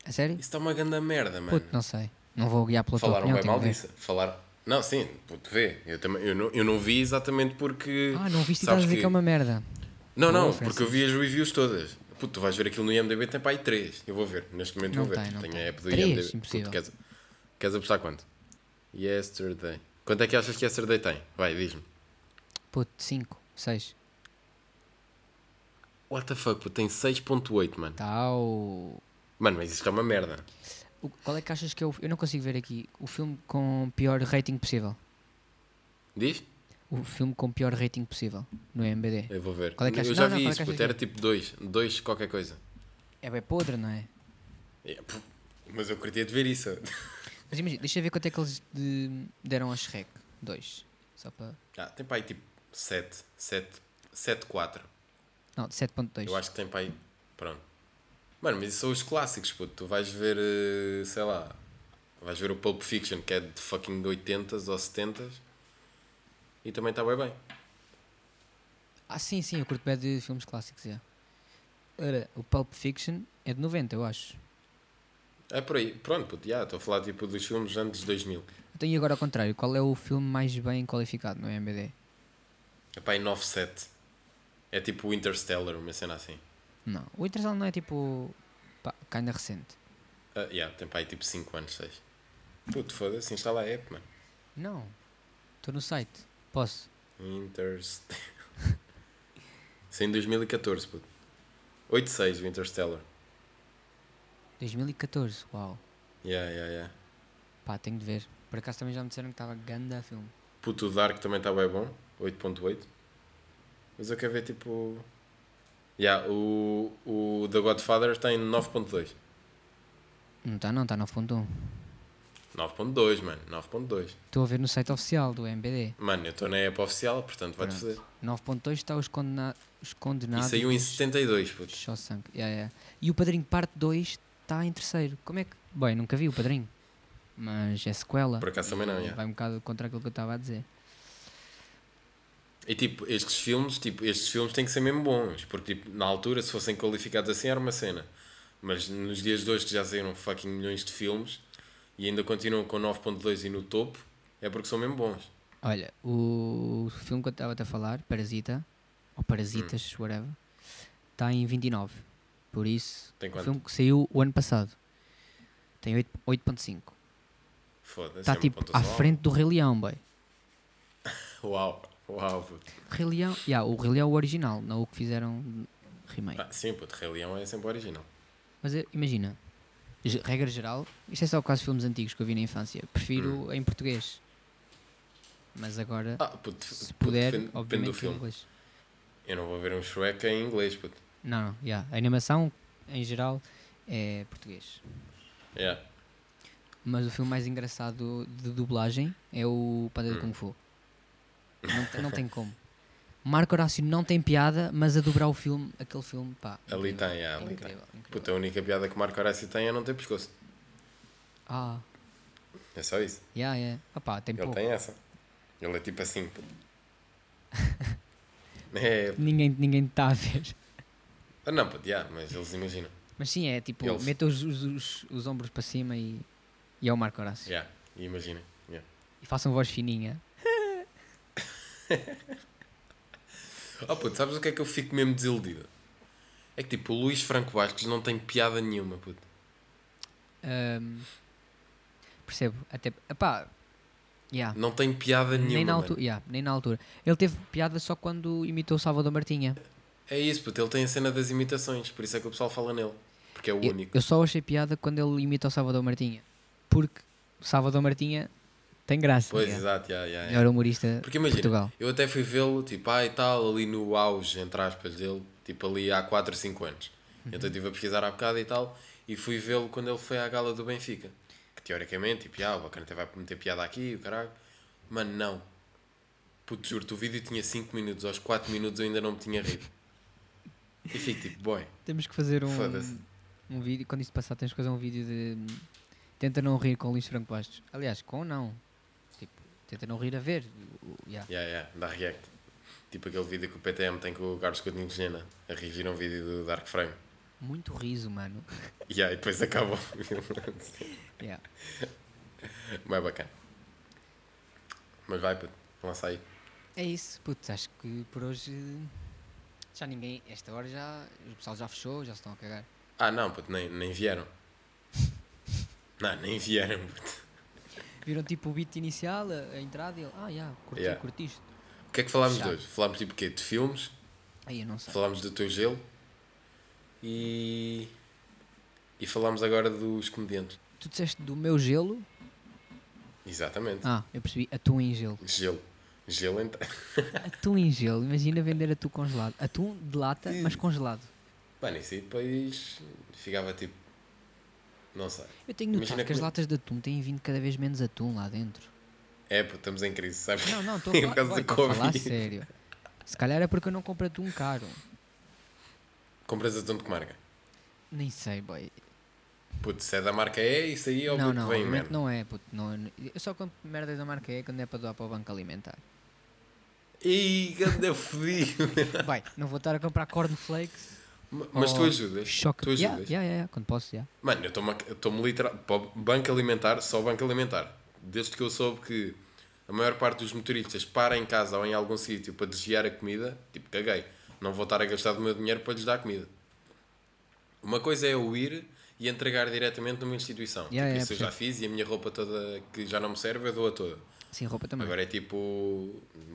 A sério?
Isso está uma grande merda, mano.
Puto, não sei. Não vou guiar pela
Falaram
tua
bem
opinião.
mal
tenho
disso. Falaram. Não, sim, puto, vê. Eu, também, eu, não, eu não vi exatamente porque.
que ver. Ah, não viste e estás
sabes
a dizer que... é uma merda.
Não, não,
Boa,
porque eu vi as reviews todas. Puto, tu vais ver aquilo no IMDB, tem para aí 3. Eu vou ver, neste momento
Não
vou ver.
tem, não
Tenho
tem.
a app do
Três?
IMDB.
Impossível.
queres, queres apostar quanto? Yesterday. Quanto é que achas que Yesterday tem? Vai, diz-me.
Puto, 5, 6.
What the fuck, puto, tem 6.8, mano.
Tá. Tal...
Mano, mas isto é uma merda.
O- qual é que achas que é o. Eu não consigo ver aqui. O filme com pior rating possível.
Diz?
O filme com pior rating possível no MBD.
Eu vou ver.
Qual é que
eu
achas-
já
não, não,
vi
qual é
isso,
que achas
puto,
que é?
era tipo 2. 2 qualquer coisa.
É bem podre, não é?
É, puf, Mas eu curtia de ver isso.
Mas imagina, deixa eu ver quanto é que eles de- deram a Shrek 2. Só para.
Ah, tem para aí tipo 7. 7. 7, 4.
Não, de 7.2.
Eu acho que tem para aí. Pronto. Mano, mas isso são os clássicos, puto. Tu vais ver, eh, sei lá. Vais ver o Pulp Fiction, que é de fucking 80s ou 70s. E também está bem bem.
Ah, sim, sim, eu curto bem de filmes clássicos. É. Ora, o Pulp Fiction é de 90, eu acho.
É por aí. Pronto, puto. Já, estou a falar tipo dos filmes antes de 2000.
Então, e agora ao contrário, qual é o filme mais bem qualificado no MBD?
É para aí 9-7. É tipo o Interstellar, uma cena assim.
Não. O Interstellar não é tipo. Pá, ainda recente.
Ah, yeah, tem para aí tipo 5 anos, 6. Puto, foda-se, instala a app, mano.
Não. Estou no site. Posso?
Interstellar. Isso é em 2014, puto. 8-6 o Interstellar.
2014, uau.
Yeah, yeah, yeah.
Pá, tenho de ver. Por acaso também já me disseram que estava ganda a filme.
Puto, o Dark também está bem bom. 8.8. Mas eu quero ver tipo. Yeah, o, o The Godfather está em 9.2.
Não está não, está no fundo 1.
9.2, mano. 9.2.
Estou a ver no site oficial do MBD.
Mano, eu estou na app oficial, portanto vai-te
Pronto.
foder.
9.2 está os, condena os
E
condenados.
saiu em 72, puto.
Shawshank. Yeah, yeah. E o Padrinho Parte 2 está em terceiro. Como é que... Bem, nunca vi o Padrinho. Mas é sequela.
Por acaso também não,
E
yeah.
Vai um bocado contra aquilo que eu estava a dizer.
E tipo, estes filmes, tipo, estes filmes têm que ser mesmo bons, porque tipo, na altura, se fossem qualificados assim, era uma cena. Mas nos dias de hoje, que já saíram fucking milhões de filmes e ainda continuam com 9.2 e no topo, é porque são mesmo bons.
Olha, o filme que eu estava a falar, Parasita, ou Parasitas,
Hum.
whatever, está em 29. Por isso,
Tem
o
quanto?
filme que saiu o ano passado. Tem oito- 8.5.
Foda-se.
Está
é uma
tipo à
pontuação alta.
frente do Rei Leão, bem.
Uau, uau, puto.
Rei Leão, yeah, o Rei Leão original, não o que fizeram remake.
Ah, sim, puto, Rei Leão é sempre o original.
Mas eh, imagina, ge- regra geral, isto é só o caso de filmes antigos que eu vi na infância. Prefiro em português. Mas agora,
Hum. Ah, puto,
se
puto,
puder,
depende, depende
obviamente
do
que em
filme.
inglês.
Eu não vou ver um Shrek em inglês, puto.
Não, não, yeah. a animação em geral é português.
Yeah.
Mas o filme mais engraçado de dublagem é o Panda do
Hum.
Kung Fu. Não, te- não tem como. Marco Horácio não tem piada, mas a dobrar o filme, aquele filme, pá.
Ali
incrível.
tem, yeah, ali tem.
Incrível, incrível.
Puto, a única piada que Marco Horácio tem é não ter pescoço.
Ah,
É só isso.
yeah, yeah. Opá, tem
Ele
pouco.
tem essa. Ele é tipo assim, puto. É,
Ninguém ninguém está a ver.
ah, não, puto, yeah, mas eles imaginam.
Mas sim, é tipo,
Ele-
mete os, os, os, os ombros para cima e, e é o Marco Horácio.
Yeah, imaginem. Yeah.
E façam voz fininha.
Oh puto, sabes o que é que eu fico mesmo desiludido? É que tipo, o Luís Franco Bastos não tem piada nenhuma, puto.
Ahm, percebo, até. Epá, yeah.
Não tem piada nenhuma.
Ah. nem, na
mano.
altura, yeah, nem na altura. Ele teve piada só quando imitou o Salvador Martinha.
É isso, puto, ele tem a cena das imitações, por isso é que o pessoal fala nele. Porque é o
Eu,
único.
eu só achei piada quando ele imita o Salvador Martinha. Porque o Salvador Martinha tem graça.
Pois,
yeah.
exato, yeah, yeah, yeah.
Melhor humorista
Porque
de
imagina,
Portugal.
eu até fui vê-lo, tipo, ah e tal, ali no auge, entre aspas, dele, tipo ali há 4 ou 5 anos.
Uhum.
Então estive a pesquisar há bocado e tal, e fui vê-lo quando ele foi à gala do Benfica. Que teoricamente, tipo, ah, o bacana até vai meter piada aqui, o caralho. Mano, não. Puto, juro-te, o vídeo tinha 5 minutos, aos 4 minutos eu ainda não me tinha rido. E fico tipo, boy,
Temos que fazer um,
Foda-se.
um vídeo. Quando isto passar, tens que fazer um vídeo de. hum, Tenta não rir com o Luís Franco Bastos. Aliás, com ou não. Tipo, tenta não rir a ver. O- o- yeah.
yeah, yeah, dá react. Tipo aquele vídeo que o PTM tem com o Carlos Coutinho de Gena, a reagir a um vídeo do Dark Frame.
Muito riso, mano.
Yeah, e depois acaba o
Yeah.
Bem bacana. Mas vai, puto, lança aí.
É isso, putz. Acho que por hoje. Já ninguém. Esta hora já. O pessoal já fechou, já se estão a cagar.
Ah, não, puto, nem, nem vieram. Não, nem vieram, puto.
Viram tipo o beat inicial, a, a entrada e ele. Ah, yeah, curti,
Yeah.
curtiste.
O que é que falámos
Já.
de hoje? Falámos tipo quê? De filmes,
Aí eu não sei.
falámos do teu gelo e. E falámos agora dos comediantes.
Tu disseste do meu gelo.
Exatamente.
Ah, eu percebi. Atum em gelo.
Gelo. Gelo então.
Atum em gelo. Imagina vender atum congelado. Atum de lata, mas congelado.
Mano, isso aí depois ficava tipo. Não sei.
Eu tenho notado
Imagina
que as
como-
latas de atum têm vindo cada vez menos atum lá dentro.
É, puto, estamos em crise, sabes?
Não, não, estou
Por
a
causa
falar,
do
tô a falar
um Covid.
sério. Se calhar é porque eu não compro atum caro.
Compras atum de que marca?
Nem sei, boy.
Puto, se é da marca E, isso aí é
não,
óbvio
não,
que vem,
obviamente
mano.
não é, puto. Não, é- eu só compro merda da marca é quando é para doar para o banco alimentar.
Ih, que anda fodido.
Bem, não vou estar a comprar cornflakes.
Mas tu
ou
ajudas.
Oh, Choque.
Tu ajudas.
Yeah, yeah, yeah, yeah, quando posso, yeah.
Mano, eu estou-me a- eu estou-me literal. Para o banco alimentar, só o banco alimentar. Desde que eu soube que a maior parte dos motoristas para em casa ou em algum sítio para desviar a comida, tipo, caguei. Não vou estar a gastar o meu dinheiro para lhes dar comida. Uma coisa é eu ir e entregar diretamente numa instituição. tipo,
Yeah, yeah,
isso eu já fiz e a minha roupa toda que já não me serve, eu dou a toda.
Sem roupa também.
Agora é tipo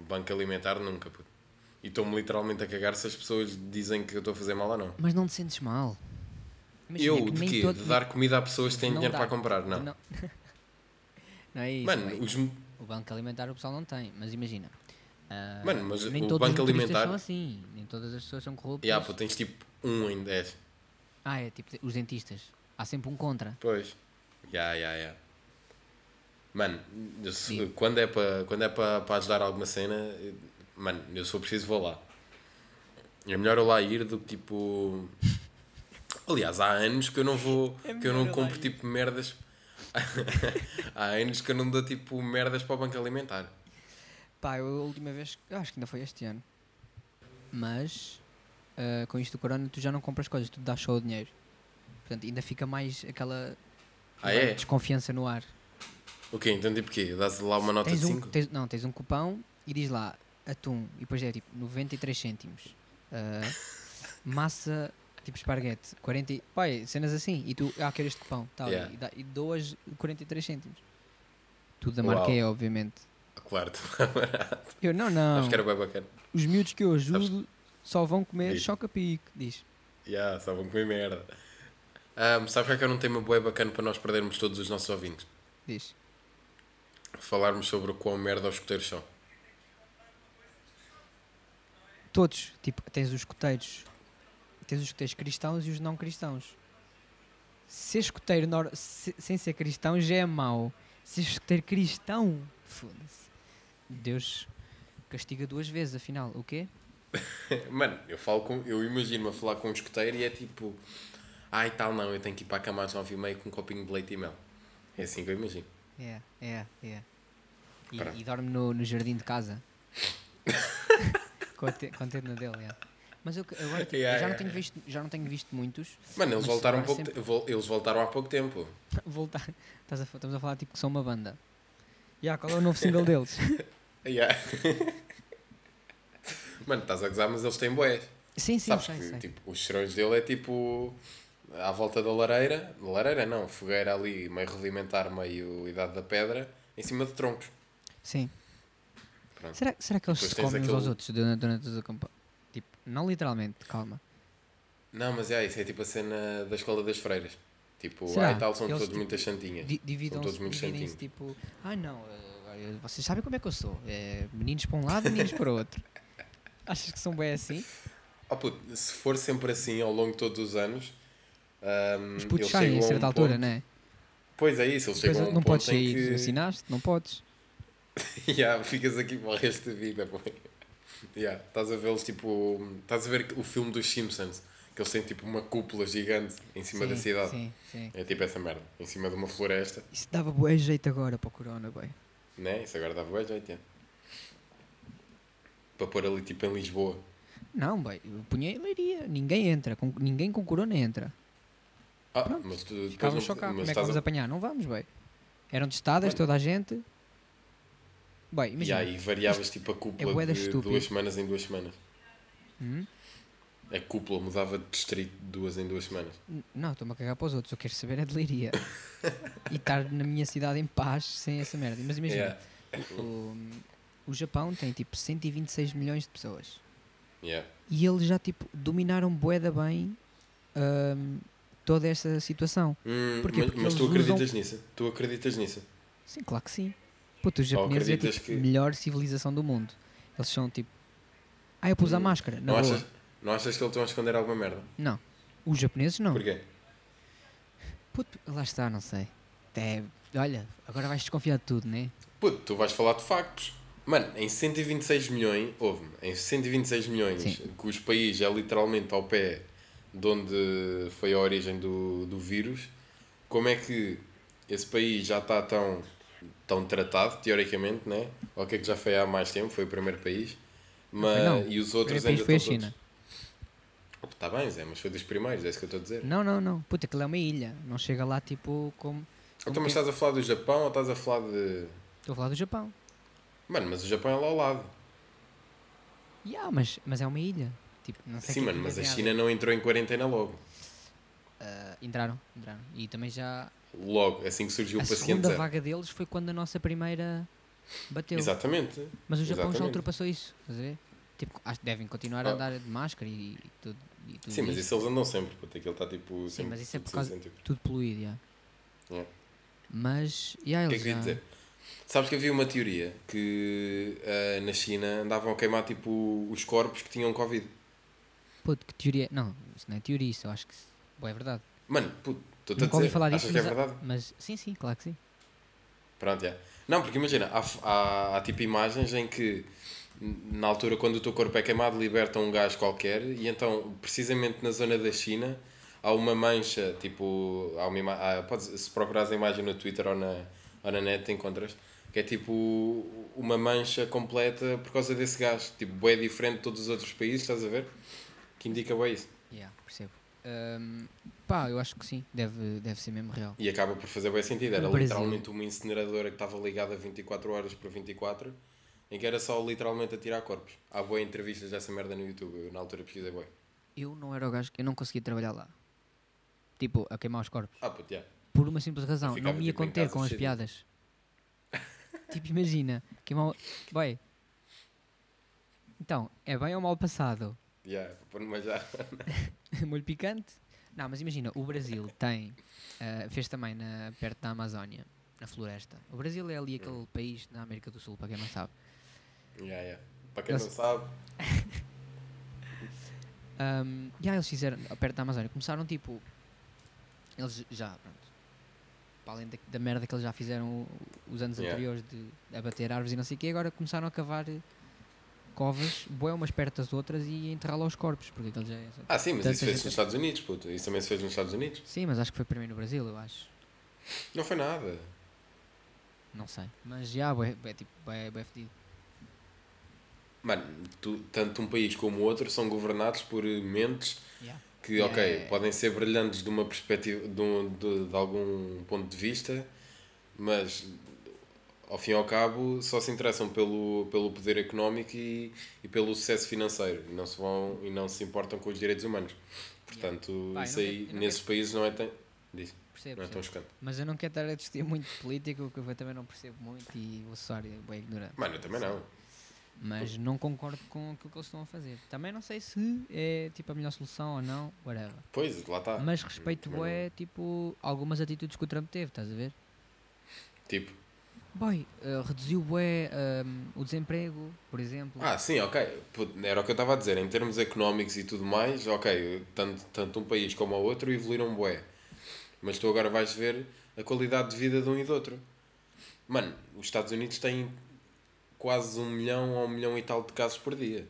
banco alimentar nunca, puto. E estou-me literalmente a cagar se as pessoas dizem que eu estou a fazer mal ou não.
Mas não te sentes mal. Imagina
eu,
que
de
nem
quê?
todo-
De dar comida a pessoas que têm
Não
dinheiro
dá.
para comprar? Não.
Não. Não é isso.
Mano,
boy.
os... mo-
O banco alimentar o pessoal não tem, mas imagina. ah,
Mano, mas
nem
o
todos os
banco
motoristas
alimentar-
são assim, nem todas as pessoas são corruptas.
yeah, pô, tens tipo um em 10.
Ah, é tipo os dentistas. Há sempre um contra.
Pois. Ya, ya, ya. Mano, eu sou-
Digo.
quando é para quando é para para ajudar alguma cena, eu- mano, eu sou preciso vou lá. É melhor eu lá ir do que tipo Aliás, há anos que eu não vou, que eu
É melhor
não
eu lá
compro
ir.
tipo merdas. há anos que eu não dou tipo merdas para o banco alimentar.
Pá, eu a última vez, eu acho que ainda foi este ano. Mas ah, com isto do corona tu já não compras coisas, tu dás só o dinheiro. Portanto, ainda fica mais aquela
Ah, é?
desconfiança no ar.
O quê? Então tipo quê? Dás lá uma nota
Tens
de
um,
5?
tens- não, tens um cupão e diz lá atum e depois é tipo 93 cêntimos. Ah, Eh, massa tipo esparguete, 40, e- pai, cenas assim, e tu, ah, quero este pão, tal,
Yeah.
e, dá, e doas 43 cêntimos. Tudo da
Uau.
marca é, obviamente.
Ah, Claro, está barato.
Eu, não,
Acho
não,
que é era bem bacana.
os miúdos que eu ajudo só vão comer
Diz.
choca-pico, diz.
Ya, só vão comer merda. Ahm, sabe que é que era um tema bué bacana para nós perdermos todos os nossos ouvintes?
Diz.
Falarmos sobre o quão merda os escuteiros são.
Todos, tipo, tens os escuteiros, tens os escuteiros cristãos e os não cristãos. Ser escuteiro nor- se- sem ser cristão já é mau. Ser escuteiro cristão, foda-se. Deus castiga duas vezes, afinal, o quê?
Mano, eu falo com. Eu imagino-me a falar com um escuteiro e é tipo. Ai tal, não, eu tenho que ir para a cama às 9h30 com um copinho de leite e mel. É assim que eu imagino.
É, é, é.
Pera.
E, e dorme no, no jardim de casa. com, a te, com a tenda dele, é. Mas eu, que- agora tipo,
Yeah,
eu já,
yeah,
não tenho
yeah.
visto, já não tenho visto muitos.
Mano, eles
Mas
voltaram,
agora
pouco te- vol- eles voltaram há pouco tempo.
Tá, Voltar. Estás a fa- estamos a falar tipo que são uma banda. Yeah, qual é o novo single deles?
Ya. Mano, estás a gozar, mas eles têm boés.
sim, sim,
Sabes
sei,
que
sei.
tipo, os cheirões dele é tipo à volta da lareira, lareira não, fogueira ali, meio rudimentar, meio idade da pedra, em cima de troncos.
Sim.
Pronto.
Será, será que eles
Depois
se
tens
comem uns aos
aquele-
outros durante, durante o campo? Tipo, não literalmente, calma.
Não, mas é isso, é tipo a cena da escola das freiras. Tipo,
Será?
ai tal, são
Eles,
todos
tipo,
muitas santinhas.
Di- Dividam-se,
É, todos muito
dividem-se tipo, ah não, eh, vocês sabem como é que eu sou. É, meninos para um lado, meninos para o outro. Achas que são bem assim?
Oh, puto, se for sempre assim ao longo de todos os anos, ahm,
Os putos
eles
saem
chegam
a
um
certa altura,
ponto-
não é?
Pois é isso, eles
Depois
chegam a um
não
ponto
podes
em
sair, assim
que
ensinaste, não podes.
Yeah, ficas aqui para o resto da vida, pô. Yeah, estás a vê-los tipo. Estás a ver o filme dos Simpsons, que eles têm tipo uma cúpula gigante em cima da
Sim,
cidade.
Sim, sim.
É tipo essa merda, em cima de uma floresta,
Isso dava boa jeito agora para o corona, bem.
né? Isso agora dá boa jeito, é. Para pôr ali tipo em Lisboa.
Não, bem, eu punha em leiria. Ninguém entra, com- ninguém com corona entra.
Ah,
Pronto,
mas tu depois não,
Ficávamos chocados.
mas
Como é que
estás
vamos
a...
apanhar? Não vamos, bem. Eram testadas
Mano.
toda a gente. Bem, imagina. é
Yeah, e variavas tipo a cúpula
bué da
de
estúpido.
duas semanas em duas semanas.
Hum?
A cúpula mudava de distrito de duas em duas semanas.
N- Não, estou-me a cagar para os outros. Eu quero saber é de leiria. e estar na minha cidade em paz sem essa merda. Mas imagina,
Yeah,
o, o Japão tem tipo 126 milhões de pessoas.
yeah.
E eles já tipo dominaram boeda bem hum, toda esta situação.
Hum,
Porquê?
mas,
Porque
mas tu
eles usam-
acreditas nisso? Tu acreditas nisso?
Sim, claro que sim. Puto, os japoneses é
acreditas
tipo
que-
melhor civilização do mundo. Eles são tipo. Ah, eu pus a
Hum,
máscara.
Não
Na boa.
achas, não achas que eles estão a esconder alguma merda?
Não. Os japoneses não.
Porquê?
Puto, lá está, não sei. Até, olha, agora vais desconfiar de tudo, né?
Puto, tu vais falar de factos. Mano, em 126 milhões, ouve-me, em 126 milhões,
Sim.
cujo país é literalmente ao pé de onde foi a origem do, do vírus, como é que esse país já está tão, tão tratado, teoricamente, né? Ou que é que já foi há mais tempo, foi o primeiro país, mas,
não.
e os
O primeiro
outros
país
ainda
foi a
estão
China.
todos... Está bem, Zé, mas foi dos primeiros, é isso que eu estou a dizer.
Não, não, não. Puta, aquilo é uma ilha. Não chega lá tipo como.
Então, mas estás a falar do Japão ou estás a falar de...
Estou a falar do Japão.
Mano, mas o Japão é lá ao lado.
Yeah, mas, mas é uma ilha. Tipo, não sei
Sim,
que
mano,
ilha
mas a
tem ali.
China não entrou em quarentena logo.
Ah, entraram, entraram. E também já.
Logo, assim que surgiu
a
o paciente
segunda
zero.
vaga deles foi quando a nossa primeira bateu.
Exatamente.
Mas o Japão já
exatamente.
ultrapassou isso. Estás a ver? Tipo, acho que devem continuar a
Ah.
andar de máscara e, e tudo. E tudo
Sim, mas
isso.
isso eles andam sempre, porque aquilo está tipo.
Uhum. Sim, mas isso é
tudo
por causa-
cinzento.
Tudo poluído, yeah.
Yeah.
Mas. Yeah,
O que é que
eles
queria
já-
dizer? Sabes que havia uma teoria que ah, na China andavam a queimar tipo os corpos que tinham Covid.
Puto, que teoria. Não, isso não é teoria, isso eu acho que. Bom, é verdade.
Mano, puto, estou-te a
Nunca
dizer.
ouvi falar
Achas
disso,
que é
mas-
verdade?
Mas sim, sim, claro que sim.
Pronto, é. Não, porque imagina, há, f- há, há tipo imagens em que n- na altura quando o teu corpo é queimado liberta um gás qualquer e então precisamente na zona da China há uma mancha, tipo, há uma ima- há- podes- se procurares a imagem no Twitter ou na, ou na net encontras, que é tipo uma mancha completa por causa desse gás, tipo, é diferente de todos os outros países, estás a ver? Que indica bem isso.
Yeah, percebo. Ahm, pá, eu acho que sim, deve, deve ser mesmo real.
E acaba por fazer bem sentido. Era
No Brasil.
literalmente uma incineradora que estava ligada 24 horas por 24, em que era só literalmente a tirar corpos. Há boas entrevistas dessa merda no YouTube, eu na altura pesquisei bem.
eu não era o gajo que eu não conseguia trabalhar lá. Tipo, a queimar os corpos.
Ah, puto, yeah.
Por uma simples razão,
ficava,
não me ia
tipo, em
conter
casa
com as
cheio de-
piadas. tipo, imagina, queimar. o- Vai. Então, é bem ou mal passado?
Yeah, vou pôr numa jarra.
Molho picante? Não, mas imagina, o Brasil tem. ah, fez também na, perto da Amazónia, na floresta. O Brasil é ali aquele país na América do Sul, para quem não sabe.
Yeah, yeah. Para quem
Eles-
não sabe,
Um, e aí eles fizeram, perto da Amazónia, começaram tipo. Eles já, pronto. Para além da, da merda que eles já fizeram os anos
Yeah.
anteriores de abater árvores e não sei o quê, agora começaram a cavar eh, covas, boé umas perto das outras e a enterrar lá os corpos, porque aquilo já é.
Ah, sim, mas
Tanto
isso fez-se
gente-
nos Estados Unidos, puto. Isso também se fez nos Estados Unidos.
Sim, mas acho que foi primeiro no Brasil, eu acho.
Não foi nada.
Não sei. Mas já, bué, bué, tipo, bué, bué fedido.
Mano, tu- tanto um país como o outro são governados por eh, mentes
Yeah.
que,
Yeah,
ok,
yeah, yeah.
podem ser brilhantes de uma perspectiva, de, um- de- de algum ponto de vista, mas ao fim e ao cabo só se interessam pelo, pelo poder económico e, e pelo sucesso financeiro e não, se vão, e não se importam com os direitos humanos. Portanto,
Pá, eu
isso
não
aí,
quero- eu não
nesses países, não é, tão, diz,
Percebo,
não é
percebo.
tão chocante.
Mas eu não quero estar a discutir muito de política, que eu também não percebo muito e vou soar bem ignorante.
Mano, eu também não.
mas não concordo com aquilo que eles estão a fazer. Também não sei se é tipo a melhor solução ou não, whatever.
Pois, lá está.
mas respeito
também não.
bué, tipo, algumas atitudes que o Trump teve, estás a ver?
Tipo,
Boy, eh, reduziu bué ehm, o desemprego, por exemplo.
Ah, sim, ok. Puto, Era o que eu estava a dizer. Em termos económicos e tudo mais, ok, tanto, tanto um país como o outro evoluíram bué. Mas tu agora vais ver a qualidade de vida de um e do outro. Mano, os Estados Unidos têm quase um milhão ou um milhão e tal de casos por dia.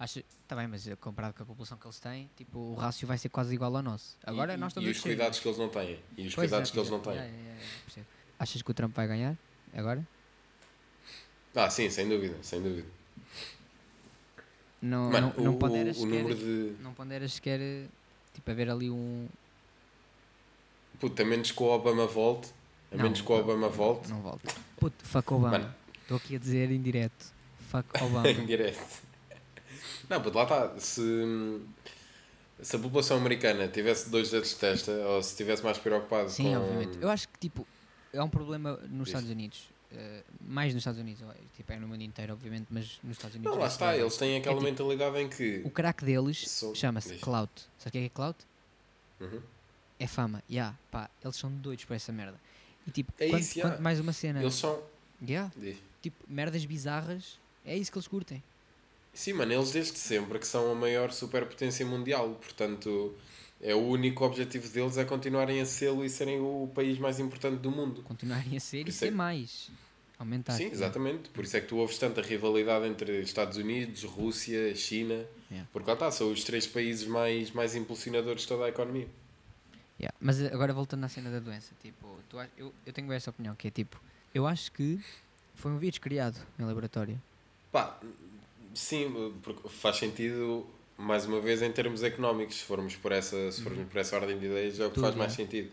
Acho, tá bem, mas eh, comparado com a população que eles têm, tipo, o rácio vai ser quase igual ao nosso. Agora
e,
nós estamos
E
a
os
descer,
cuidados que eles não têm. E os
Pois,
cuidados
é,
que eles não
pois
têm.
é. É, é, é, percebo. Achas que o Trump vai ganhar agora?
Ah, sim, sem dúvida, sem dúvida.
Não,
Mano,
não, não
o,
ponderas
o, o número
sequer,
de.
não ponderas sequer, eh, tipo, haver ali um...
Puto, a menos que o Obama volte. A menos que o Obama volte.
Não volta. Puto, fuck Obama.
Mano.
Estou aqui a dizer em direto. Fuck Obama.
em direto. Não, puto, lá está. Se, se a população americana tivesse dois dedos de testa, ou se estivesse mais preocupado
Sim,
com...
obviamente. Eu acho que tipo, é um problema nos
Diz.
Estados Unidos. eh, mais nos Estados Unidos, eu acho. tipo, é no mundo inteiro, obviamente, mas nos Estados Unidos.
Não, lá
é
está.
sério.
Eles têm aquela
É tipo-
mentalidade em que...
O crack deles
Sou-
chama-se
Diz.
Clout. Sabe o que é que é Clout?
Uhum.
É fama. Yeah, pá, eles são doidos por essa merda. E tipo,
É
quanto,
isso, yeah.
quanto mais uma cena.
Eles são...
Yeah,
Diz.
tipo, merdas bizarras, é isso que eles curtem.
Sim, mano, eles desde sempre que são a maior superpotência mundial. Portanto, é o único objetivo deles é continuarem a sê-lo e serem o país mais importante do mundo.
Continuarem a ser
Por
e
isso é
ser
que-
mais. Aumentar.
Sim,
yeah.
exatamente. Por isso é que tu ouves tanta rivalidade entre Estados Unidos, Rússia, China.
Yeah.
Porque lá está, são os três países mais, mais impulsionadores de toda a economia.
Yeah, Mas eh, agora voltando à cena da doença, tipo, tu ach- eu, eu tenho essa opinião, que é tipo, eu acho que foi um vírus criado em laboratório.
Pá, sim, porque faz sentido, mais uma vez, em termos económicos, se formos por essa, se formos por essa ordem de ideias, é o que
Uhum. Tudo,
faz mais
é.
sentido.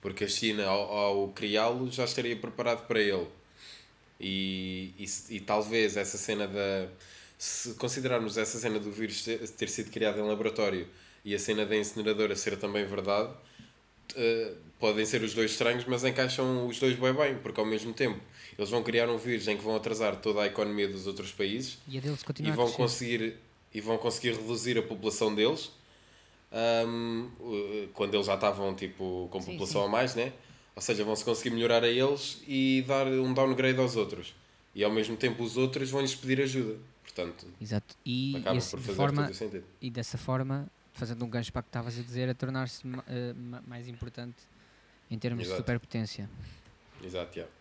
Porque a China, ao, ao criá-lo, já estaria preparado para ele. E, e, se- e talvez essa cena da. Se considerarmos essa cena do vírus ter ter sido criado em laboratório e a cena da incineradora ser também verdade, eh, podem ser os dois estranhos, mas encaixam os dois bem bem, porque ao mesmo tempo eles vão criar um vírus em que vão atrasar toda a economia dos outros países
E a deles
e
continua a
vão
crescer.
conseguir e vão conseguir reduzir a população deles ahm, eh, quando eles já estavam tipo com
Sim,
população
sim.
a mais né ou seja vão se conseguir melhorar a eles e dar um downgrade aos outros e ao mesmo tempo os outros vão lhes pedir ajuda portanto
Exato. E,
acaba
esse-
por
de
fazer
forma,
todo o sentido
e dessa forma, fazendo um gancho para o que estavas a dizer, a tornar-se ma- eh, ma- mais importante em termos
Exato.
de superpotência.
exato yeah.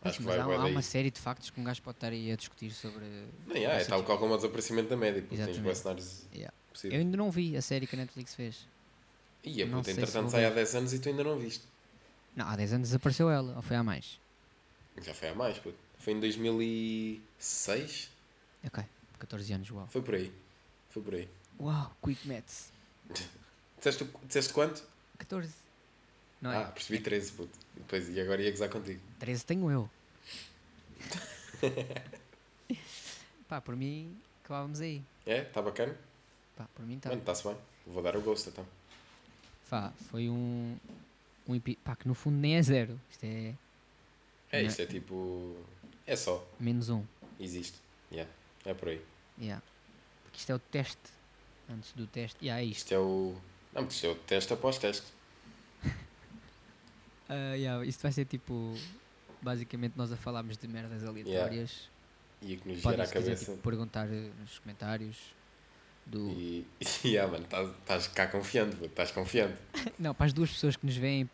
Pois,
acho que
mas
vai
há,
bué
há
daí.
uma série de factos que um gajo pode estar aí a discutir sobre.
Não, yeah, é
essa
tal
tipo-
qual como o desaparecimento da média porque tens
Exatamente.
bué cenários
Yeah. Eu
possíveis
ainda não vi a série que a Netflix fez.
e é
não
puta,
sei se
entretanto
vou
sai há
ver.
10 anos e tu ainda não viste
Não, há 10 anos desapareceu ela, ou foi há mais?
já foi há mais puto. foi em 2006
Ok, 14 anos, uau.
foi por aí foi por aí
Uau, quick maths.
Disseste, disseste quanto?
14. Não
ah,
é?
percebi 13, puto. E Depois, e agora ia gozar contigo.
13 tenho eu. Pá, por mim, acabávamos aí.
É? Está bacana?
Pá, por mim está.
Mano, está-se bem. Vou dar o gosto então.
Pá, foi um. um epi- pá, que no fundo nem é zero. Isto é
É,
Não.
isto é tipo. É só.
menos um.
Existe. Yeah. É por aí.
Yeah. Porque isto é o teste. Antes do teste. Yeah, é isto.
Isto é o. Não, mas isto é o teste após teste.
Ah, yeah, isto vai ser tipo. Basicamente, nós a falarmos de merdas aleatórias.
E o que nos gera
Podem,
a
se quiser,
cabeça.
tipo, uh. perguntar eh, nos comentários. Do...
E. Yeah, mano, estás- estás cá confiante, puto, estás confiante.
Não, para as duas pessoas que nos veem.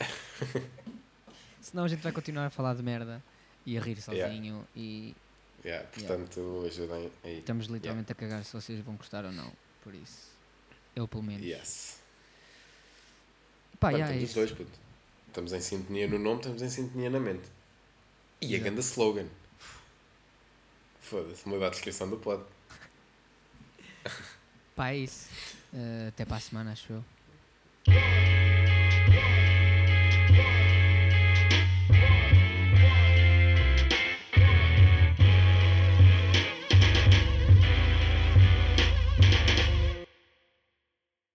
Senão a gente vai continuar a falar de merda e a rir
Yeah.
sozinho. E
Yeah, portanto, ajudem aí.
estamos literalmente a cagar se vocês vão gostar ou não. Por isso, eu pelo menos.
Yes.
Pá,
Mano,
yeah, é
estamos os
isso.
dois, puto. Estamos em sintonia no nome, estamos em sintonia na mente. E a
Exato.
ganda slogan. Foda-se, muda a descrição do plot.
Pá, é isso. Eh, até para a semana, acho eu.
Yeah.